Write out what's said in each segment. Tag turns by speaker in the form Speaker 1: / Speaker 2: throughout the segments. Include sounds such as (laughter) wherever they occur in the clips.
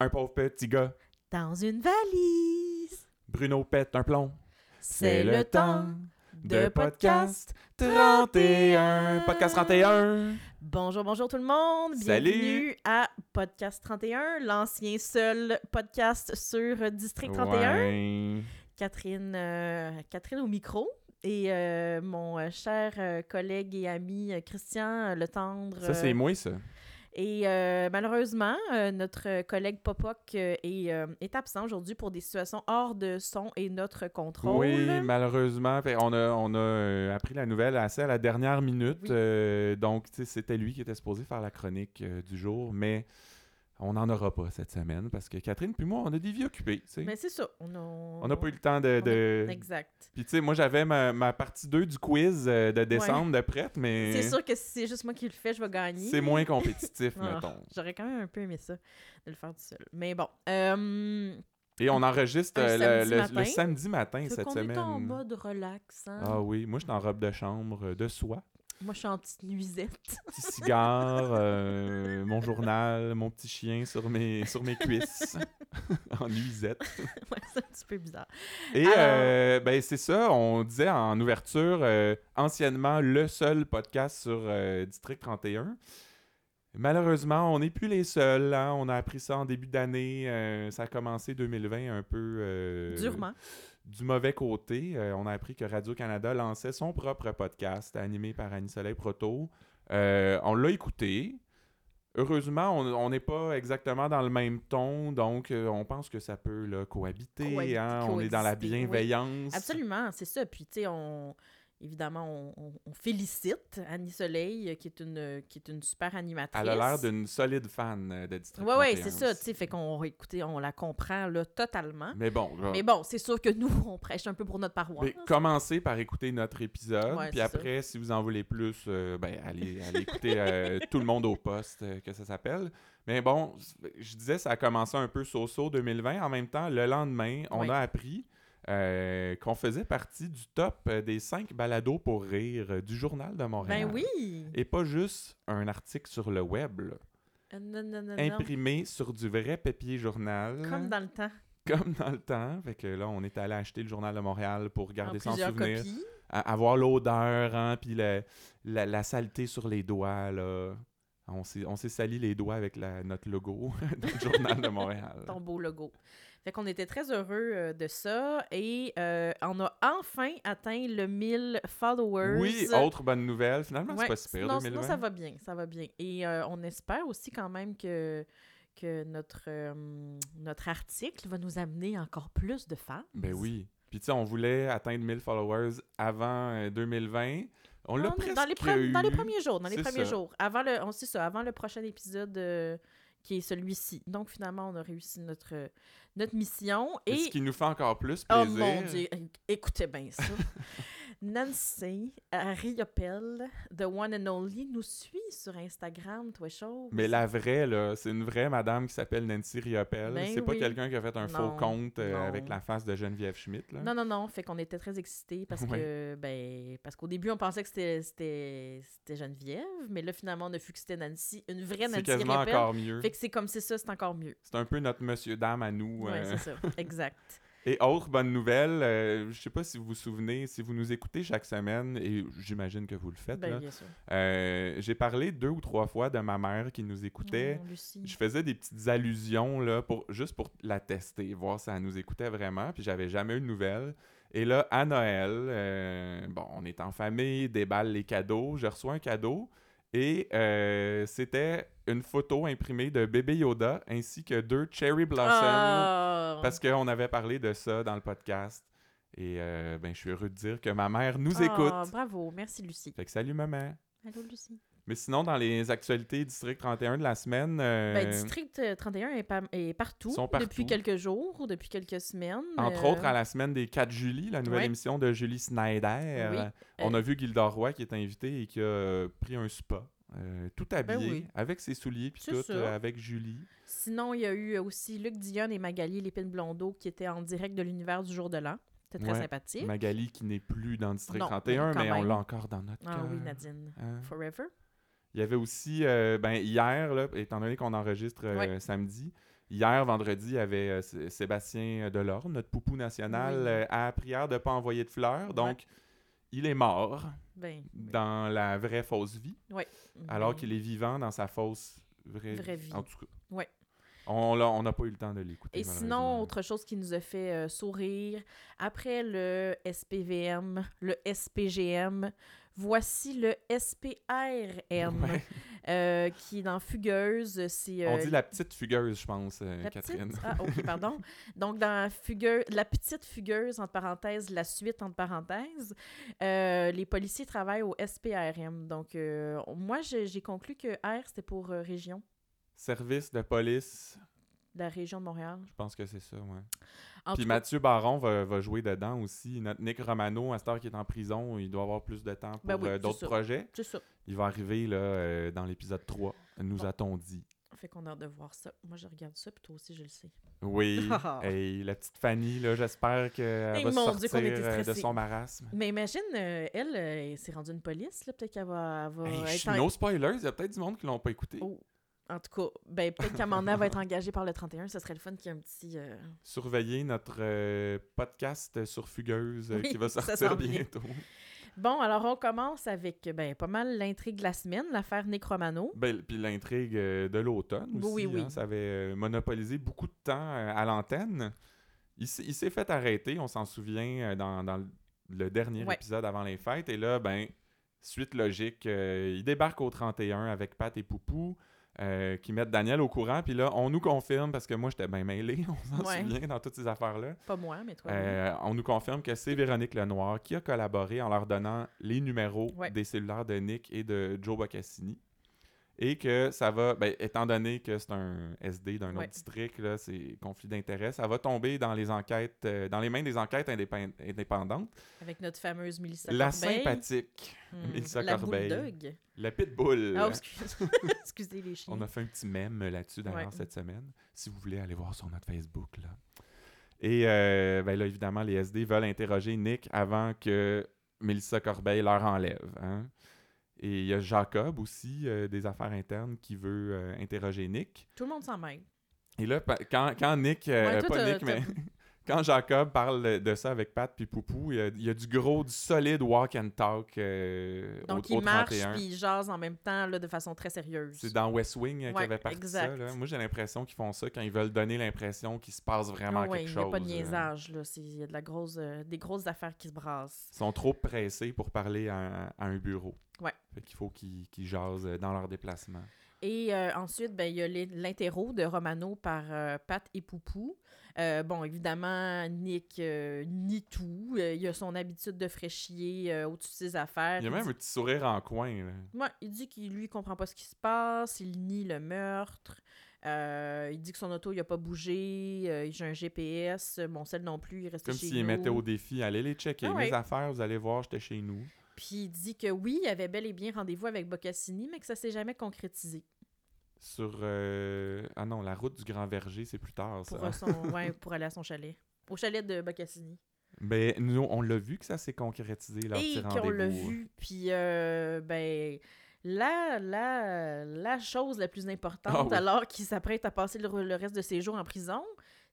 Speaker 1: Un pauvre petit gars.
Speaker 2: Dans une valise,
Speaker 1: Bruno pète un plomb.
Speaker 2: c'est le temps de podcast.
Speaker 1: 31. Podcast 31.
Speaker 2: Bonjour, bonjour tout le monde.
Speaker 1: Salut.
Speaker 2: Bienvenue à Podcast 31, l'ancien seul podcast sur District 31.
Speaker 1: Ouais.
Speaker 2: Catherine, euh, Catherine au micro et euh, mon euh, cher euh, collègue et ami euh, Christian euh, Le Tendre.
Speaker 1: Ça, c'est
Speaker 2: euh,
Speaker 1: moi, ça.
Speaker 2: Et euh, malheureusement, euh, notre collègue Popoc euh, est, euh, est absent aujourd'hui pour des situations hors de son et notre contrôle.
Speaker 1: Oui, malheureusement. Fait, on a, on a euh, appris la nouvelle assez à la dernière minute.
Speaker 2: Oui.
Speaker 1: euh, donc, tu sais, c'était lui qui était supposé faire la chronique euh, du jour, mais on n'en aura pas cette semaine parce que Catherine puis moi, on a des vies occupées. tu sais.
Speaker 2: Mais c'est ça. On n'a
Speaker 1: On n'a pas eu le temps de. de-
Speaker 2: Exact.
Speaker 1: Puis, tu sais, moi, j'avais ma, ma partie 2 du quiz euh, de décembre de prête, mais
Speaker 2: C'est sûr que si c'est juste moi qui le fais, je vais gagner.
Speaker 1: c'est moins compétitif,
Speaker 2: Ah.
Speaker 1: mettons.
Speaker 2: J'aurais quand même un peu aimé ça, de le faire tout seul. Mais bon. Euh,
Speaker 1: Et on enregistre
Speaker 2: Un
Speaker 1: euh, le-
Speaker 2: samedi
Speaker 1: le,
Speaker 2: matin.
Speaker 1: le samedi matin
Speaker 2: fait
Speaker 1: cette
Speaker 2: qu'on est en
Speaker 1: semaine.
Speaker 2: mode relax. hein.
Speaker 1: Ah oui, moi, je suis en robe de chambre, euh, de soie,
Speaker 2: Moi, je suis en petite nuisette. (laughs)
Speaker 1: petit cigare, euh, mon journal, mon petit chien sur mes, sur mes cuisses, (laughs) en nuisette.
Speaker 2: Ouais, c'est un petit peu bizarre.
Speaker 1: Et
Speaker 2: Alors-
Speaker 1: euh, ben c'est ça, on disait en ouverture, euh, anciennement le seul podcast sur euh, District 31. Malheureusement, on n'est plus les seuls. hein. On a appris ça en début d'année. euh, ça a commencé 2020 un peu euh,
Speaker 2: Durement.
Speaker 1: du mauvais côté. Euh, on a appris que Radio-Canada lançait son propre podcast animé par Annie-Soleil Proto. Euh, on l'a écouté. Heureusement, on on n'est pas exactement dans le même ton, donc euh, on pense que ça peut là, cohabiter.
Speaker 2: Cohabiter,
Speaker 1: hein. on est dans la
Speaker 2: coexister, oui.
Speaker 1: bienveillance.
Speaker 2: Absolument, c'est ça. Puis, tu sais, on... évidemment, on, on- on félicite Annie Soleil, euh, qui est une, euh, qui est une super animatrice.
Speaker 1: Elle a l'air d'une solide fan euh, de District
Speaker 2: Oui, oui,
Speaker 1: 31.
Speaker 2: c'est ça. Tu sais, fait qu'on écoutez, on la comprend là, totalement.
Speaker 1: Mais bon, là,
Speaker 2: Mais bon, c'est sûr que nous, (laughs) on prêche un peu pour notre paroisse.
Speaker 1: mais Ben, commencez par écouter notre épisode,
Speaker 2: Ouais,
Speaker 1: puis
Speaker 2: c'est ça.
Speaker 1: après, si vous en voulez plus, euh, ben, allez, allez écouter
Speaker 2: (laughs)
Speaker 1: euh, Tout le monde au poste, euh, que ça s'appelle. Mais bon, je disais, ça a commencé un peu so-so 2020. En même temps, le lendemain, on
Speaker 2: Ouais.
Speaker 1: a appris euh, qu'on faisait partie du top euh, des cinq balados pour rire euh, du Journal de Montréal.
Speaker 2: Ben oui!
Speaker 1: Et pas juste un article sur le web, là.
Speaker 2: Euh, Non, non, non, non.
Speaker 1: imprimé sur du vrai papier journal
Speaker 2: Comme dans le temps.
Speaker 1: comme dans le temps. Fait que là, on est allé acheter le Journal de Montréal pour garder
Speaker 2: en
Speaker 1: sans
Speaker 2: plusieurs
Speaker 1: souvenir.
Speaker 2: copies.
Speaker 1: À- avoir l'odeur, hein, puis le- la, la saleté sur les doigts, là. On s'est on s'est sali les doigts avec la- notre logo (laughs) du Journal de Montréal.
Speaker 2: Ton beau logo. Fait qu'on était très heureux euh, de ça et euh, on a enfin atteint le 1000 followers.
Speaker 1: Oui, autre bonne nouvelle. Finalement,
Speaker 2: Ouais,
Speaker 1: c'est pas si pire,
Speaker 2: sinon- sinon,
Speaker 1: 2020.
Speaker 2: ça va bien, ça va bien. Et euh, on espère aussi quand même que, que notre, euh, notre article va nous amener encore plus de fans.
Speaker 1: Ben oui. Puis tu sais, on voulait atteindre 1000 followers avant euh, 2020. On l'a
Speaker 2: Non,
Speaker 1: presque
Speaker 2: dans les, premi- dans les
Speaker 1: eu.
Speaker 2: premiers jours, dans les
Speaker 1: C'est
Speaker 2: premiers
Speaker 1: ça.
Speaker 2: jours. Avant le, on sait ça, avant le prochain épisode euh, qui est celui-ci. Donc finalement, on a réussi notre, notre mission.
Speaker 1: Et
Speaker 2: Et
Speaker 1: Ce qui nous fait encore plus
Speaker 2: Oh
Speaker 1: plaisir.
Speaker 2: mon Dieu, éc- écoutez bien ça. (laughs) Nancy euh, Riopel, the one and only, nous suit sur Instagram, toi chose.
Speaker 1: Mais la vraie, là, hein? c'est une vraie madame qui s'appelle Nancy Riopel.
Speaker 2: Ben
Speaker 1: c'est pas
Speaker 2: oui.
Speaker 1: quelqu'un qui a fait un
Speaker 2: Non,
Speaker 1: faux compte euh,
Speaker 2: non.
Speaker 1: avec la face de Geneviève Schmidt, là.
Speaker 2: Non, non, non, fait qu'on était très excités parce
Speaker 1: Ouais.
Speaker 2: que, ben, parce qu'au début, on pensait que c'était- c'était c'était Geneviève, mais là, finalement, on a vu que c'était Nancy, une vraie
Speaker 1: c'est
Speaker 2: Nancy
Speaker 1: quasiment
Speaker 2: Riopel.
Speaker 1: encore mieux.
Speaker 2: Fait que c'est comme c'est ça, c'est encore mieux.
Speaker 1: C'est un peu notre monsieur dame à nous.
Speaker 2: Ouais,
Speaker 1: euh.
Speaker 2: c'est
Speaker 1: (laughs)
Speaker 2: ça, exact.
Speaker 1: Et autre bonne nouvelle, euh, je sais pas si vous vous souvenez, si vous nous écoutez chaque semaine, et j'imagine que vous le faites,
Speaker 2: ben,
Speaker 1: là,
Speaker 2: bien sûr.
Speaker 1: euh, j'ai parlé deux ou trois fois de ma mère qui nous écoutait.
Speaker 2: Oh, Lucie.
Speaker 1: Je faisais des petites allusions là, pour, juste pour la tester, voir si elle nous écoutait vraiment, puis j'avais jamais eu de nouvelles. Et là, à Noël, euh, bon, on est en famille, déballe les cadeaux, je reçois un cadeau, et euh, c'était une photo imprimée de bébé Yoda ainsi que deux cherry blossoms,
Speaker 2: Ah.
Speaker 1: parce qu'on avait parlé de ça dans le podcast. Et euh, ben, je suis heureux de dire que ma mère nous
Speaker 2: Ah,
Speaker 1: écoute.
Speaker 2: Bravo, merci Lucie.
Speaker 1: Fait que salut maman.
Speaker 2: Allô Lucie.
Speaker 1: Mais sinon, dans les actualités District 31 de la semaine... euh,
Speaker 2: Ben, District euh, 31 est, pa- est partout,
Speaker 1: sont partout.
Speaker 2: depuis quelques jours, depuis quelques semaines.
Speaker 1: Entre
Speaker 2: euh,
Speaker 1: autres, à la semaine des 4 Julie, la nouvelle
Speaker 2: ouais.
Speaker 1: émission de Julie Snyder.
Speaker 2: Oui, euh,
Speaker 1: On a vu Gilda Roy qui est invitée et qui a euh, pris un spa. euh, tout habillé,
Speaker 2: Ben oui.
Speaker 1: avec ses souliers, puis
Speaker 2: C'est
Speaker 1: tout,
Speaker 2: ça.
Speaker 1: euh, avec Julie.
Speaker 2: Sinon, il y a eu euh, aussi Luc Dion et Magali Lépine Blondeau qui étaient en direct de l'univers du jour de l'an. C'était très
Speaker 1: Ouais.
Speaker 2: sympathique.
Speaker 1: Magali qui n'est plus dans District
Speaker 2: Non, mais
Speaker 1: 31,
Speaker 2: quand
Speaker 1: mais on
Speaker 2: même.
Speaker 1: l'a encore dans notre
Speaker 2: Ah oui,
Speaker 1: cœur,
Speaker 2: Nadine.
Speaker 1: hein.
Speaker 2: Forever.
Speaker 1: Il y avait aussi, euh, ben, hier, là, étant donné qu'on enregistre euh,
Speaker 2: Ouais.
Speaker 1: samedi, Hier, vendredi, il y avait euh, Sé- Sébastien Delorme, notre poupou national,
Speaker 2: Oui.
Speaker 1: euh, à la prière de ne pas envoyer de fleurs. Donc, il est mort
Speaker 2: Ben,
Speaker 1: dans la vraie fausse vie, alors qu'il est vivant dans sa fausse vraie,
Speaker 2: Vraie vie.
Speaker 1: En tout cas.
Speaker 2: Ouais.
Speaker 1: On l'a- on n'a pas eu le temps de l'écouter.
Speaker 2: Et sinon,
Speaker 1: malheureusement.
Speaker 2: autre chose qui nous a fait euh, sourire, après le SPVM, le SPGM, voici le SPRM,
Speaker 1: Ouais.
Speaker 2: euh, qui est dans Fugueuse. C'est,
Speaker 1: On
Speaker 2: euh,
Speaker 1: dit la petite fugueuse, je pense, euh,
Speaker 2: la
Speaker 1: Catherine.
Speaker 2: petite- Ah, ok, pardon. (laughs) Donc, dans Fugueuse, la petite fugueuse, entre parenthèses, la suite, entre parenthèses, euh, les policiers travaillent au SPRM. Donc, euh, moi, j'ai j'ai conclu que R, c'était pour euh, région,
Speaker 1: Service de police,
Speaker 2: la région de Montréal.
Speaker 1: je pense que c'est ça, ouais.
Speaker 2: En
Speaker 1: Puis
Speaker 2: tout cas,
Speaker 1: Mathieu Baron va, va jouer dedans aussi. Notre Nick Romano, à cette heure qui est en prison, il doit avoir plus de temps pour
Speaker 2: Ben oui,
Speaker 1: euh,
Speaker 2: c'est
Speaker 1: d'autres
Speaker 2: ça.
Speaker 1: projets.
Speaker 2: c'est ça.
Speaker 1: Il va arriver là, euh, dans l'épisode 3, nous
Speaker 2: Bon.
Speaker 1: a-t-on dit.
Speaker 2: Fait qu'on a hâte de voir ça. Moi, je regarde ça, puis toi aussi, je le sais.
Speaker 1: (laughs) Oui, hey, la petite Fanny, là, j'espère qu'elle
Speaker 2: Ah. Hey,
Speaker 1: va se
Speaker 2: mon Dieu,
Speaker 1: sortir
Speaker 2: qu'on était
Speaker 1: euh, de
Speaker 2: stressés.
Speaker 1: son marasme.
Speaker 2: Mais imagine, euh, elle, euh, elle s'est rendue une police, là. Peut-être qu'elle va, elle va
Speaker 1: Hey, je
Speaker 2: être
Speaker 1: suis
Speaker 2: en...
Speaker 1: no spoilers, il y a peut-être du monde qui l'ont pas écouté.
Speaker 2: Oh. En tout cas, ben, peut-être qu'Amanda va être engagée par le 31. Ce serait le fun qu'il y ait un petit... euh,
Speaker 1: Surveillez notre euh, podcast sur Fugueuse euh,
Speaker 2: Oui,
Speaker 1: qui va
Speaker 2: ça
Speaker 1: sortir
Speaker 2: s'en vient.
Speaker 1: bientôt.
Speaker 2: Bon, alors on commence avec ben, pas mal l'intrigue de la semaine, l'affaire Necromano.
Speaker 1: Ben, puis l'intrigue euh, de l'automne aussi,
Speaker 2: Oui, oui,
Speaker 1: hein,
Speaker 2: oui.
Speaker 1: ça avait euh, monopolisé beaucoup de temps euh, à l'antenne. Il, s'est- il s'est fait arrêter, on s'en souvient, euh, dans, dans le- le dernier
Speaker 2: Ouais.
Speaker 1: épisode avant les fêtes. Et là, ben, suite logique, euh, il débarque au 31 avec Pat et Poupou, euh, qui mettent Daniel au courant. Puis là, on nous confirme, parce que moi, j'étais bien mêlé, (laughs) on s'en
Speaker 2: Ouais.
Speaker 1: souvient, dans toutes ces affaires-là.
Speaker 2: Pas moi, mais toi. oui.
Speaker 1: Euh, on nous confirme que c'est Véronique Lenoir qui a collaboré en leur donnant les numéros
Speaker 2: Ouais.
Speaker 1: des cellulaires de Nick et de Joe Bocassini. Et que ça va, ben, étant donné que c'est un SD d'un
Speaker 2: Ouais.
Speaker 1: autre district, là, c'est conflit d'intérêt, ça va tomber dans les enquêtes, euh, dans les mains des enquêtes indépen- indépendantes.
Speaker 2: Avec notre fameuse Mélissa
Speaker 1: la
Speaker 2: Corbeil.
Speaker 1: sympathique,
Speaker 2: Hmm,
Speaker 1: Mélissa
Speaker 2: la
Speaker 1: Corbeil.
Speaker 2: bulldog.
Speaker 1: la pitbull.
Speaker 2: Ah, excuse- (laughs) excusez les chiens.
Speaker 1: On a fait un petit mème là-dessus d'ailleurs
Speaker 2: Ouais.
Speaker 1: cette semaine. Si vous voulez aller voir sur notre Facebook là. Et euh, ben là, évidemment, les SD veulent interroger Nick avant que Mélissa Corbeil leur enlève. hein. Et il y a Jacob aussi, euh, des affaires internes, qui veut euh, interroger Nick.
Speaker 2: Tout le monde s'en mêle.
Speaker 1: Et là, pa- quand, quand Nick, euh,
Speaker 2: Ouais, toi,
Speaker 1: pas
Speaker 2: t'as-
Speaker 1: Nick,
Speaker 2: t'as-
Speaker 1: mais (laughs) quand Jacob parle de ça avec Pat puis Poupou, il y a- il y, a du gros, du solide walk and talk euh, au-
Speaker 2: Donc,
Speaker 1: au,
Speaker 2: ils marchent
Speaker 1: 31.
Speaker 2: puis ils jasent en même temps là, de façon très sérieuse.
Speaker 1: C'est dans West Wing euh, qu'il y
Speaker 2: Ouais,
Speaker 1: avait parti ça.
Speaker 2: exact.
Speaker 1: là. Moi, j'ai l'impression qu'ils font ça quand ils veulent donner l'impression qu'il se passe vraiment
Speaker 2: Ah ouais,
Speaker 1: quelque
Speaker 2: il
Speaker 1: chose.
Speaker 2: n'y a pas de
Speaker 1: euh.
Speaker 2: niaisage. là. C'est- Il y a de la grosse, euh, des grosses affaires qui se brassent.
Speaker 1: Ils sont trop pressés pour parler à, à un bureau.
Speaker 2: Ouais.
Speaker 1: Fait qu'il faut qu'ils qu'ils jasent euh, dans leur déplacement.
Speaker 2: Et euh, ensuite, ben, il y a les- l'interro de Romano par euh, Pat et Poupou. Euh, bon, évidemment, Nick euh, nie tout. Euh, il a son habitude de fraîchier euh, au-dessus de ses affaires.
Speaker 1: Il y a même
Speaker 2: dit,
Speaker 1: un petit sourire en coin. là.
Speaker 2: Ouais, il dit qu'il lui comprend pas ce qui se passe, il nie le meurtre. Euh, il dit que son auto, il a pas bougé, euh, j'ai un GPS, mon cell non plus, il reste
Speaker 1: Comme
Speaker 2: chez
Speaker 1: s'il
Speaker 2: nous.
Speaker 1: mettait au défi. Allez les checker.
Speaker 2: Ah
Speaker 1: Mes
Speaker 2: ouais.
Speaker 1: affaires, vous allez voir, j'étais chez nous.
Speaker 2: Puis il dit que oui, il avait bel et bien rendez-vous avec Boccassini, mais que ça s'est jamais concrétisé
Speaker 1: Sur. euh, Ah non, la route du Grand Verger, c'est plus tard, ça.
Speaker 2: pour, euh, son, ouais, pour aller à son chalet. Au chalet de Boccassini.
Speaker 1: Mais Ben, nous, on l'a vu que ça s'est concrétisé, leur petit
Speaker 2: et qu'on l'a
Speaker 1: rendez-vous.
Speaker 2: vu. Puis, euh, ben, la, la, la chose la plus importante,
Speaker 1: Ah oui.
Speaker 2: alors qu'il s'apprête à passer le, le reste de ses jours en prison,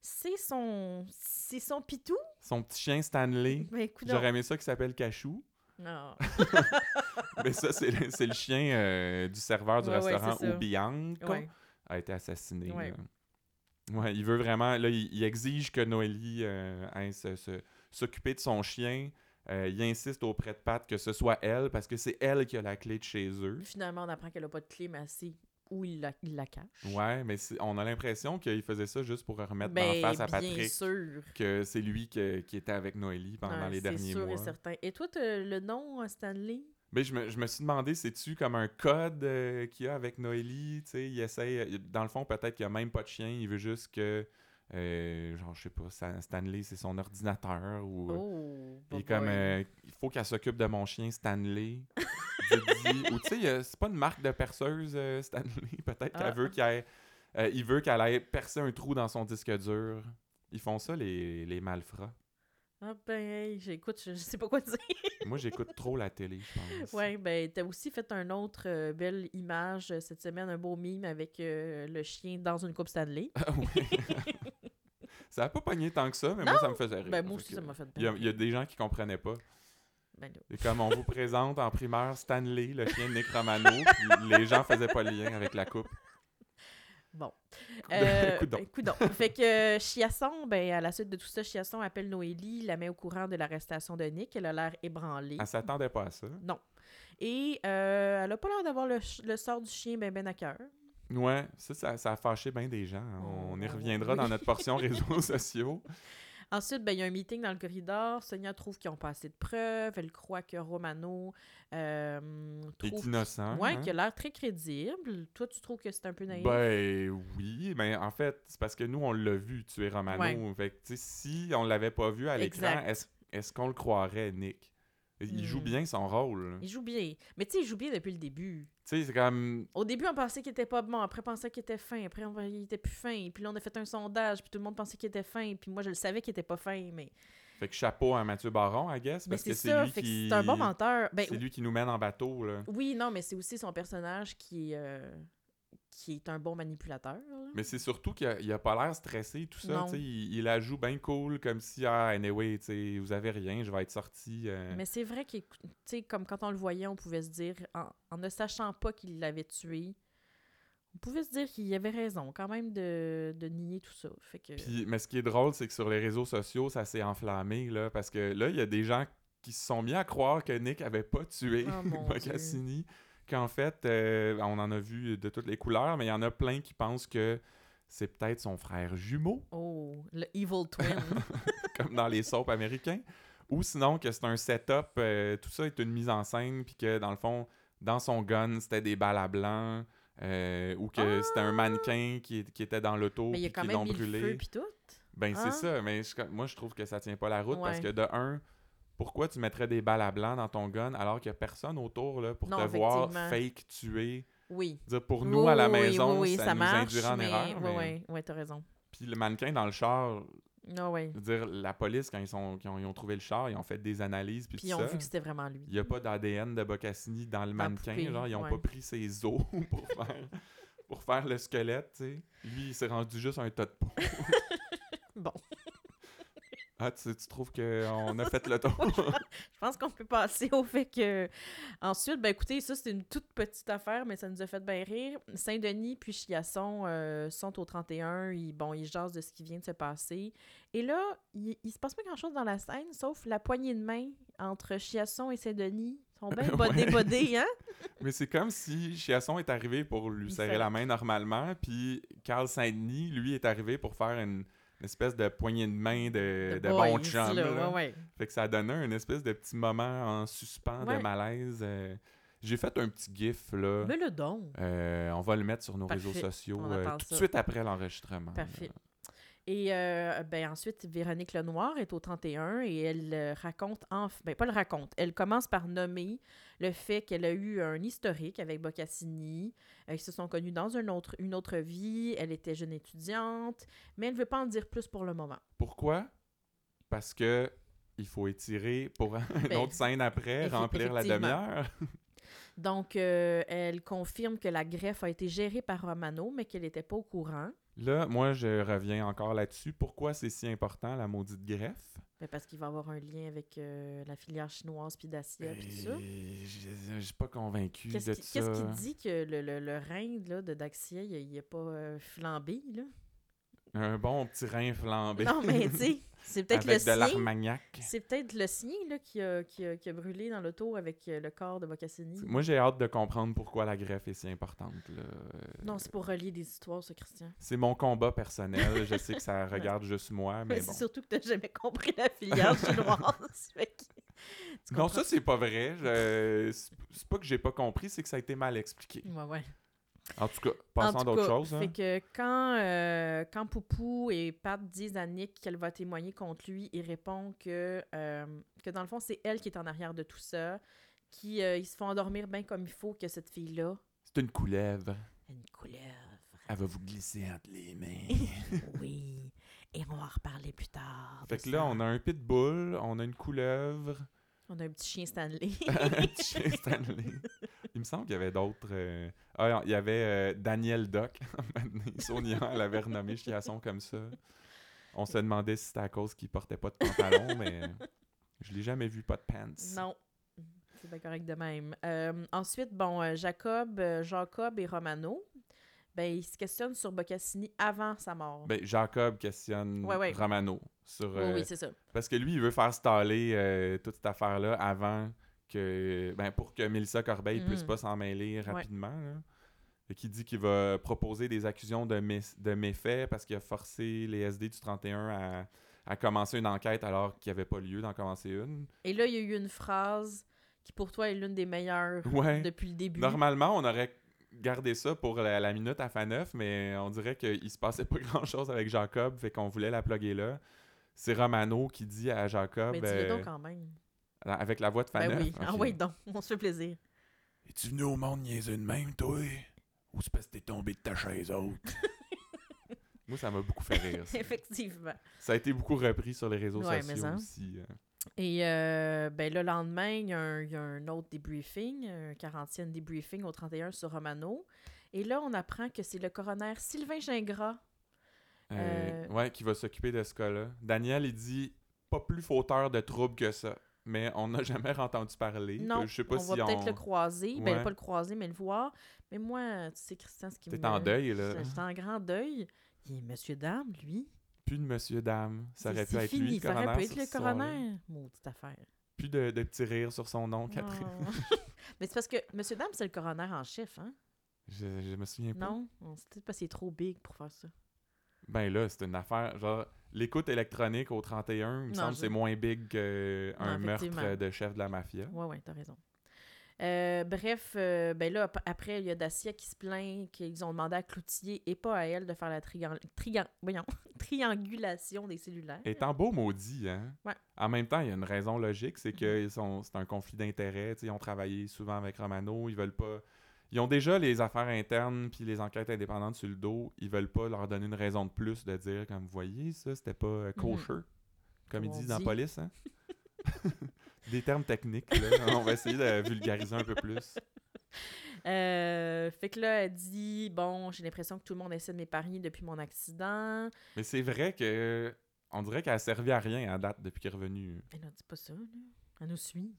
Speaker 2: c'est son, c'est son pitou.
Speaker 1: Son petit chien Stanley.
Speaker 2: Ben, Ah, coudonc.
Speaker 1: J'aurais aimé ça qui s'appelle Cachou.
Speaker 2: Non.
Speaker 1: Mais ça, c'est le, c'est le chien euh, du serveur du
Speaker 2: Ouais, ouais,
Speaker 1: restaurant
Speaker 2: c'est ça.
Speaker 1: Obianco
Speaker 2: Ouais.
Speaker 1: a été assassiné.
Speaker 2: Ouais.
Speaker 1: là. Ouais, il veut vraiment. Là, il, il exige que Noélie euh, aille se- se- s'occuper de son chien. Euh, il insiste auprès de Pat que ce soit elle, parce que c'est elle qui a la clé de chez eux.
Speaker 2: Finalement, on apprend qu'elle a pas de clé, mais c'est où il la, il la cache.
Speaker 1: Ouais, mais c'est- on a l'impression qu'il faisait ça juste pour remettre dans la
Speaker 2: Ben,
Speaker 1: face à
Speaker 2: bien
Speaker 1: Patrick
Speaker 2: sûr.
Speaker 1: que c'est lui que- qui était avec Noélie pendant
Speaker 2: Ouais,
Speaker 1: les
Speaker 2: C'est
Speaker 1: derniers
Speaker 2: sûr
Speaker 1: mois.
Speaker 2: et certain. Et toi, t'as le nom, euh, Stanley?
Speaker 1: Mais Ben, je me, je me suis demandé, c'est-tu comme un code euh, qu'il y a avec Noélie? Tu sais, il essaie. euh, Dans le fond, peut-être qu'il n'y a même pas de chien. Il veut juste que. euh, genre, je sais pas, Stan- Stanley, c'est son ordinateur. Ou, euh,
Speaker 2: Oh,
Speaker 1: il est
Speaker 2: boy.
Speaker 1: comme. euh, il faut qu'elle s'occupe de mon chien, Stanley.
Speaker 2: (laughs)
Speaker 1: Didi. Ou tu sais, il y a- c'est pas une marque de perceuse, euh, Stanley. (laughs) Peut-être
Speaker 2: Ah.
Speaker 1: qu'elle veut qu'il aille. euh, il veut qu'elle aille percer un trou dans son disque dur. Ils font ça, les, les malfrats.
Speaker 2: Ah ben, hey, j'écoute, je, je sais pas quoi dire.
Speaker 1: Moi, j'écoute trop la télé, je pense.
Speaker 2: Ouais, ben, t'as aussi fait un autre euh, belle image euh, cette semaine, un beau mime avec euh, le chien dans une coupe Stanley.
Speaker 1: Ah oui. (laughs) ça a pas pogné tant que ça, mais moi, ça me faisait rire.
Speaker 2: ben, moi
Speaker 1: ah, Fait
Speaker 2: aussi,
Speaker 1: que,
Speaker 2: ça m'a fait
Speaker 1: Il y, a-
Speaker 2: peur.
Speaker 1: il y a des gens qui comprenaient pas.
Speaker 2: Ben, là.
Speaker 1: Et comme
Speaker 2: (laughs)
Speaker 1: on vous présente en primaire Stanley, le chien de Nick Romano, puis les gens faisaient pas le lien avec la coupe.
Speaker 2: Bon.
Speaker 1: (laughs) Euh,
Speaker 2: Euh,
Speaker 1: coudonc.
Speaker 2: coudonc. Fait que euh, Chiasson, ben, à la suite de tout ça, Chiasson appelle Noélie, la met au courant de l'arrestation de Nick. Elle a l'air ébranlée.
Speaker 1: Elle s'attendait pas à ça.
Speaker 2: Et euh, elle a pas l'air d'avoir le, ch- le sort du chien ben ben à cœur.
Speaker 1: Ouais, ça, ça, ça a fâché bien des gens. On y
Speaker 2: Oh,
Speaker 1: reviendra
Speaker 2: oui.
Speaker 1: dans notre
Speaker 2: (laughs)
Speaker 1: portion réseaux sociaux.
Speaker 2: Ensuite, ben, il y a un meeting dans le corridor. Sonia trouve qu'ils ont pas assez de preuves. Elle croit que Romano euh,
Speaker 1: Est
Speaker 2: trouve...
Speaker 1: innocent.
Speaker 2: Ouais,
Speaker 1: hein?
Speaker 2: qu'il a l'air très crédible. Toi, tu trouves que c'est un peu naïf?
Speaker 1: Ben oui, mais en fait, c'est parce que nous, on l'a vu tuer Romano.
Speaker 2: Ouais.
Speaker 1: Fait que, tu sais, si on l'avait pas vu à l'écran,
Speaker 2: Exact.
Speaker 1: est-ce est-ce qu'on le croirait, Nick? Il joue
Speaker 2: Hmm.
Speaker 1: bien son rôle.
Speaker 2: Il joue bien. Mais tu sais, il joue bien depuis le début.
Speaker 1: Tu sais, c'est comme...
Speaker 2: Au début, on pensait qu'il était pas bon. Après, on pensait qu'il était fin. Après, on... il était plus fin. Puis là, on a fait un sondage. Puis tout le monde pensait qu'il était fin. Puis moi, je le savais qu'il était pas fin. Mais,
Speaker 1: Fait que chapeau à Mathieu Baron, I guess,
Speaker 2: mais
Speaker 1: parce
Speaker 2: c'est
Speaker 1: que c'est
Speaker 2: ça.
Speaker 1: lui
Speaker 2: Fait
Speaker 1: qui...
Speaker 2: que c'est un bon menteur. Ben,
Speaker 1: C'est lui qui nous mène en bateau, là.
Speaker 2: Oui, non, mais c'est aussi son personnage qui est, euh, qui est un bon manipulateur. là.
Speaker 1: Mais c'est surtout qu'il a, il a pas l'air stressé, tout ça.
Speaker 2: Non.
Speaker 1: tu sais, Il, il la joue bien cool, comme si, ah, anyway, tu sais, vous avez rien, je vais être sorti. euh.
Speaker 2: Mais c'est vrai que, tu sais, comme quand on le voyait, on pouvait se dire, en, en ne sachant pas qu'il l'avait tué, on pouvait se dire qu'il avait raison quand même de, de nier tout ça. Fait que...
Speaker 1: Puis, mais ce qui est drôle, c'est que sur les réseaux sociaux, ça s'est enflammé, là, parce que là, il y a des gens qui se sont mis à croire que Nick avait pas tué (laughs)
Speaker 2: Oh, mon
Speaker 1: Bocassini, qu'en fait, euh, on en a vu de toutes les couleurs, mais il y en a plein qui pensent que c'est peut-être son frère jumeau, (laughs)
Speaker 2: Oh, le Evil Twin.
Speaker 1: comme dans les soaps américains, ou sinon que c'est un setup, euh, tout ça est une mise en scène, puis que dans le fond, dans son gun, c'était des balles à blanc, euh, ou que
Speaker 2: Ah!
Speaker 1: c'était un mannequin qui, qui était dans l'auto,
Speaker 2: mais il y a
Speaker 1: puis
Speaker 2: quand
Speaker 1: qui
Speaker 2: même
Speaker 1: l'ont
Speaker 2: mis le
Speaker 1: brûlé.
Speaker 2: feu puis tout.
Speaker 1: Ben,
Speaker 2: Hein?
Speaker 1: c'est ça, mais je- moi, je trouve que ça tient pas la route parce
Speaker 2: Ouais.
Speaker 1: que, de un, pourquoi tu mettrais des balles à blanc dans ton gun alors qu'il y a personne autour là, pour
Speaker 2: Non,
Speaker 1: te voir
Speaker 2: effectivement.
Speaker 1: fake tuer?
Speaker 2: Oui.
Speaker 1: Je veux dire, pour nous, à la
Speaker 2: Oui, oui,
Speaker 1: maison,
Speaker 2: oui, oui,
Speaker 1: ça, nous induira en
Speaker 2: mais-
Speaker 1: erreur.
Speaker 2: Oui,
Speaker 1: mais-
Speaker 2: oui, oui, t'as raison.
Speaker 1: Puis le mannequin dans le char,
Speaker 2: Ah ouais.
Speaker 1: je veux dire, la police, quand ils, sont, quand ils ont trouvé le char, ils ont fait des analyses, puis,
Speaker 2: Puis
Speaker 1: tout
Speaker 2: ils ont
Speaker 1: ça.
Speaker 2: vu que c'était vraiment lui.
Speaker 1: Il n'y a pas d'ADN de Bocassini dans le
Speaker 2: Dans la
Speaker 1: mannequin.
Speaker 2: poupée,
Speaker 1: genre, ils ont
Speaker 2: ouais.
Speaker 1: pas pris ses os (laughs) pour faire, pour faire le squelette, tu sais. Lui, il s'est rendu juste un tas de peau.
Speaker 2: (laughs) Bon,
Speaker 1: Ah, tu, tu trouves qu'on a fait le
Speaker 2: (laughs)
Speaker 1: tour?
Speaker 2: je pense qu'on peut passer au fait que... Ensuite, ben écoutez, ça c'est une toute petite affaire, mais ça nous a fait bien rire. Saint-Denis puis Chiasson euh, sont au 31, ils, bon, ils jasent de ce qui vient de se passer. Et là, il, il se passe pas grand-chose dans la scène, sauf la poignée de main entre Chiasson et Saint-Denis. Ils sont bien
Speaker 1: (laughs) Ouais.
Speaker 2: bodés-bodés, hein?
Speaker 1: Mais c'est comme si Chiasson est arrivé pour lui
Speaker 2: Lui
Speaker 1: serrer
Speaker 2: serrer.
Speaker 1: la main normalement, puis Carl Saint-Denis, lui, est arrivé pour faire une, une espèce de poignée de main Euh, de, de bon
Speaker 2: boys,
Speaker 1: chum.
Speaker 2: là,
Speaker 1: là.
Speaker 2: ouais, ouais.
Speaker 1: Fait que ça donnait un espèce de petit moment en suspens
Speaker 2: Ouais. Ben
Speaker 1: de malaise. euh. J'ai fait un petit gif, là.
Speaker 2: Mais le don.
Speaker 1: Euh, on va le mettre sur nos
Speaker 2: Parfait.
Speaker 1: réseaux sociaux
Speaker 2: On
Speaker 1: euh,
Speaker 2: attend
Speaker 1: tout de
Speaker 2: ça.
Speaker 1: suite après l'enregistrement.
Speaker 2: Parfait. Et euh, ben ensuite, Véronique Lenoir est au 31 et elle euh, raconte, enfin, ben pas le raconte, elle commence par nommer le fait qu'elle a eu un historique avec Boccassini, euh, ils se sont connus dans une autre, une autre vie, elle était jeune étudiante, mais elle ne veut pas en dire plus pour le moment.
Speaker 1: Pourquoi? Parce que il faut étirer pour une
Speaker 2: (laughs) Ben,
Speaker 1: autre scène
Speaker 2: (laughs)
Speaker 1: après,
Speaker 2: effe-
Speaker 1: remplir la
Speaker 2: effectivement.
Speaker 1: demi-heure.
Speaker 2: Donc, euh, elle confirme que la greffe a été gérée par Romano, mais qu'elle n'était pas au courant,
Speaker 1: Là, moi, je reviens encore là-dessus. Pourquoi c'est si important, la maudite greffe?
Speaker 2: ben, parce qu'il va avoir un lien avec euh, la filière chinoise, puis d'acier, puis
Speaker 1: Ben,
Speaker 2: tout ça.
Speaker 1: Et Euh, Je ne suis pas convaincu de
Speaker 2: Qu'est-ce qui,
Speaker 1: ça.
Speaker 2: qu'est-ce qui dit que le, le, le rein là, de Daxia, il a- il n'est pas euh, flambé, là?
Speaker 1: Un bon petit rein flambé.
Speaker 2: Non, mais tu sais, c'est peut-être le
Speaker 1: Ben Avec de
Speaker 2: sien.
Speaker 1: l'armagnac.
Speaker 2: C'est peut-être le sien là, qui, a, qui, a, qui a brûlé dans l'auto avec euh, le corps de Boccassini.
Speaker 1: Moi, j'ai hâte de comprendre pourquoi la greffe est si importante. là.
Speaker 2: Non, c'est pour relier des histoires, ça, Christian.
Speaker 1: C'est mon combat personnel. je sais que
Speaker 2: (laughs)
Speaker 1: ça regarde juste moi,
Speaker 2: Mais
Speaker 1: mais bon.
Speaker 2: (laughs) c'est surtout que tu n'as jamais compris
Speaker 1: (laughs)
Speaker 2: la filière chinoise. Fait que tu
Speaker 1: Non,
Speaker 2: comprends.
Speaker 1: ça, c'est pas vrai. Je- C'est c'est pas que j'ai pas compris, c'est que ça a été mal expliqué.
Speaker 2: Ouais, ouais.
Speaker 1: En tout cas,
Speaker 2: Mm. En
Speaker 1: passons à
Speaker 2: tout
Speaker 1: d'autres
Speaker 2: cas,
Speaker 1: choses. hein.
Speaker 2: Fait que quand, euh, quand Poupou et Pat disent à Nick qu'elle va témoigner contre lui, il répond que, euh, que dans le fond, c'est elle qui est en arrière de tout ça, qui euh, ils se font endormir bien comme il faut, que cette fille-là
Speaker 1: C'est une couleuvre.
Speaker 2: a une
Speaker 1: (laughs)
Speaker 2: couleur. (laughs)
Speaker 1: Elle va vous glisser entre les mains.
Speaker 2: Oui, et on va en reparler plus tard
Speaker 1: Fait que là, on a un pitbull, on a une
Speaker 2: (laughs)
Speaker 1: couleuvre, (laughs)
Speaker 2: On a un petit chien Stanley. (laughs)
Speaker 1: un petit chien Stanley. Il me semble qu'il y avait d'autres. euh, Ah, non, il y avait euh, Daniel Doc. (laughs) Maintenant, Sonia, elle avait renommé Chiasson comme ça. On se demandait si c'était à cause qu'il portait pas de pantalon, mais je l'ai jamais vu pas de pants.
Speaker 2: non. C'est bien correct de même. Euh, ensuite, bon, euh, Jacob, euh, Jacob et Romano, ben, ils se questionnent sur Boccassini avant sa mort.
Speaker 1: Ben, Jacob questionne
Speaker 2: Ouais, ouais.
Speaker 1: Romano sur
Speaker 2: Oui,
Speaker 1: euh,
Speaker 2: oui, c'est ça.
Speaker 1: Parce que lui, il veut faire staller euh, toute cette affaire-là avant que. Ben, pour que Mélissa Corbeil
Speaker 2: Mhm.
Speaker 1: puisse pas s'en mêler rapidement. là. Et qui dit qu'il va proposer des accusations de, mé- de méfaits parce qu'il a forcé les SD du 31 à, à commencer une enquête alors qu'il n'y avait pas lieu d'en commencer
Speaker 2: (laughs)
Speaker 1: une.
Speaker 2: Et là, il y a eu une phrase qui, pour toi, est l'une des meilleures
Speaker 1: Ouais.
Speaker 2: depuis le début.
Speaker 1: Normalement, on aurait gardé ça pour la, la minute à FA9, mais on dirait qu'il se passait pas (laughs) grand-chose avec Jacob, fait qu'on voulait la plugger là. C'est Romano qui dit à Jacob.
Speaker 2: Mais
Speaker 1: euh,
Speaker 2: dis-le donc quand même.
Speaker 1: avec la voix de Faneuf.
Speaker 2: Ben oui, ah
Speaker 1: Ok.
Speaker 2: oui, donc, (laughs) on se fait plaisir.
Speaker 1: Es-tu venu au monde niaiser de même, toi? Ou c'est parce que t'es tombé de ta chaise haute?
Speaker 2: (laughs)
Speaker 1: Moi, ça m'a beaucoup fait rire. Ça.
Speaker 2: Effectivement.
Speaker 1: Ça a été beaucoup repris sur les réseaux
Speaker 2: Ouais, mais hein.
Speaker 1: sociaux
Speaker 2: ça.
Speaker 1: aussi. euh.
Speaker 2: Et euh, ben, le lendemain, il y, a un- il y a un autre débriefing, un quarantième débriefing au 31 sur Romano. Et là, on apprend que c'est le coroner Sylvain Gingras.
Speaker 1: Euh,
Speaker 2: Euh.
Speaker 1: Ouais, qui va s'occuper de ce cas-là. Daniel, il dit pas plus fauteur de troubles que ça. Mais on n'a (laughs) jamais entendu parler.
Speaker 2: Non,
Speaker 1: Je sais pas
Speaker 2: on
Speaker 1: si
Speaker 2: va peut-être
Speaker 1: on.
Speaker 2: le croiser.
Speaker 1: Ouais.
Speaker 2: Ben, pas le croiser, mais le voir. Mais moi, tu sais, Christian, ce qui me...
Speaker 1: T'es en deuil, là.
Speaker 2: Je- J'étais en grand deuil. Il est monsieur dame, lui.
Speaker 1: Plus de monsieur, dame. Ça
Speaker 2: C'est-
Speaker 1: aurait pu
Speaker 2: c'est
Speaker 1: être
Speaker 2: fini,
Speaker 1: lui, le
Speaker 2: Ça
Speaker 1: coroner.
Speaker 2: aurait pu
Speaker 1: sur
Speaker 2: être le
Speaker 1: ce soir-là.
Speaker 2: coroner. Maudite affaire.
Speaker 1: (laughs) Plus de, de petits rires sur son nom, Catherine.
Speaker 2: Non. (laughs) mais c'est parce que monsieur dame, c'est le coroner en chef, hein?
Speaker 1: (laughs) Je, je me souviens pas.
Speaker 2: Non? On- C'est peut-être parce qu'il est trop big pour faire ça.
Speaker 1: Ben là, c'est une affaire. Genre, l'écoute électronique au 31, il me
Speaker 2: Non,
Speaker 1: semble que
Speaker 2: je-
Speaker 1: c'est moins big qu'un
Speaker 2: Non, effectivement.
Speaker 1: meurtre de chef de la mafia.
Speaker 2: Ouais, ouais, t'as raison. Euh, bref, euh, ben là, ap- après, il y a Dacia qui se plaint qu'ils ont demandé à Cloutier et pas à elle de faire la trian- trian- voyons, (laughs) triangulation des cellulaires.
Speaker 1: Étant beau maudit, hein?
Speaker 2: Ouais. Mhm.
Speaker 1: En même temps, il y a une raison logique, c'est que ils sont- c'est un conflit d'intérêts. tu sais, Ils ont travaillé souvent avec Romano, ils veulent pas... Ils ont déjà les affaires internes puis les enquêtes indépendantes sur le dos. Ils veulent pas leur donner une raison de plus de dire, comme vous voyez, ça, c'était pas euh,
Speaker 2: Mhm.
Speaker 1: kosher, comme
Speaker 2: Comme
Speaker 1: ils
Speaker 2: on
Speaker 1: disent dans la
Speaker 2: dit.
Speaker 1: police, hein? (laughs) Des termes techniques, là. On va essayer de vulgariser un peu plus.
Speaker 2: Euh, fait que là, elle dit Bon, j'ai l'impression que tout le monde essaie de m'épargner depuis mon accident.
Speaker 1: Mais c'est vrai que on dirait qu'elle a servi à rien à date depuis qu'elle est revenue. (laughs)
Speaker 2: Elle n'a dit pas ça, là. Elle nous suit.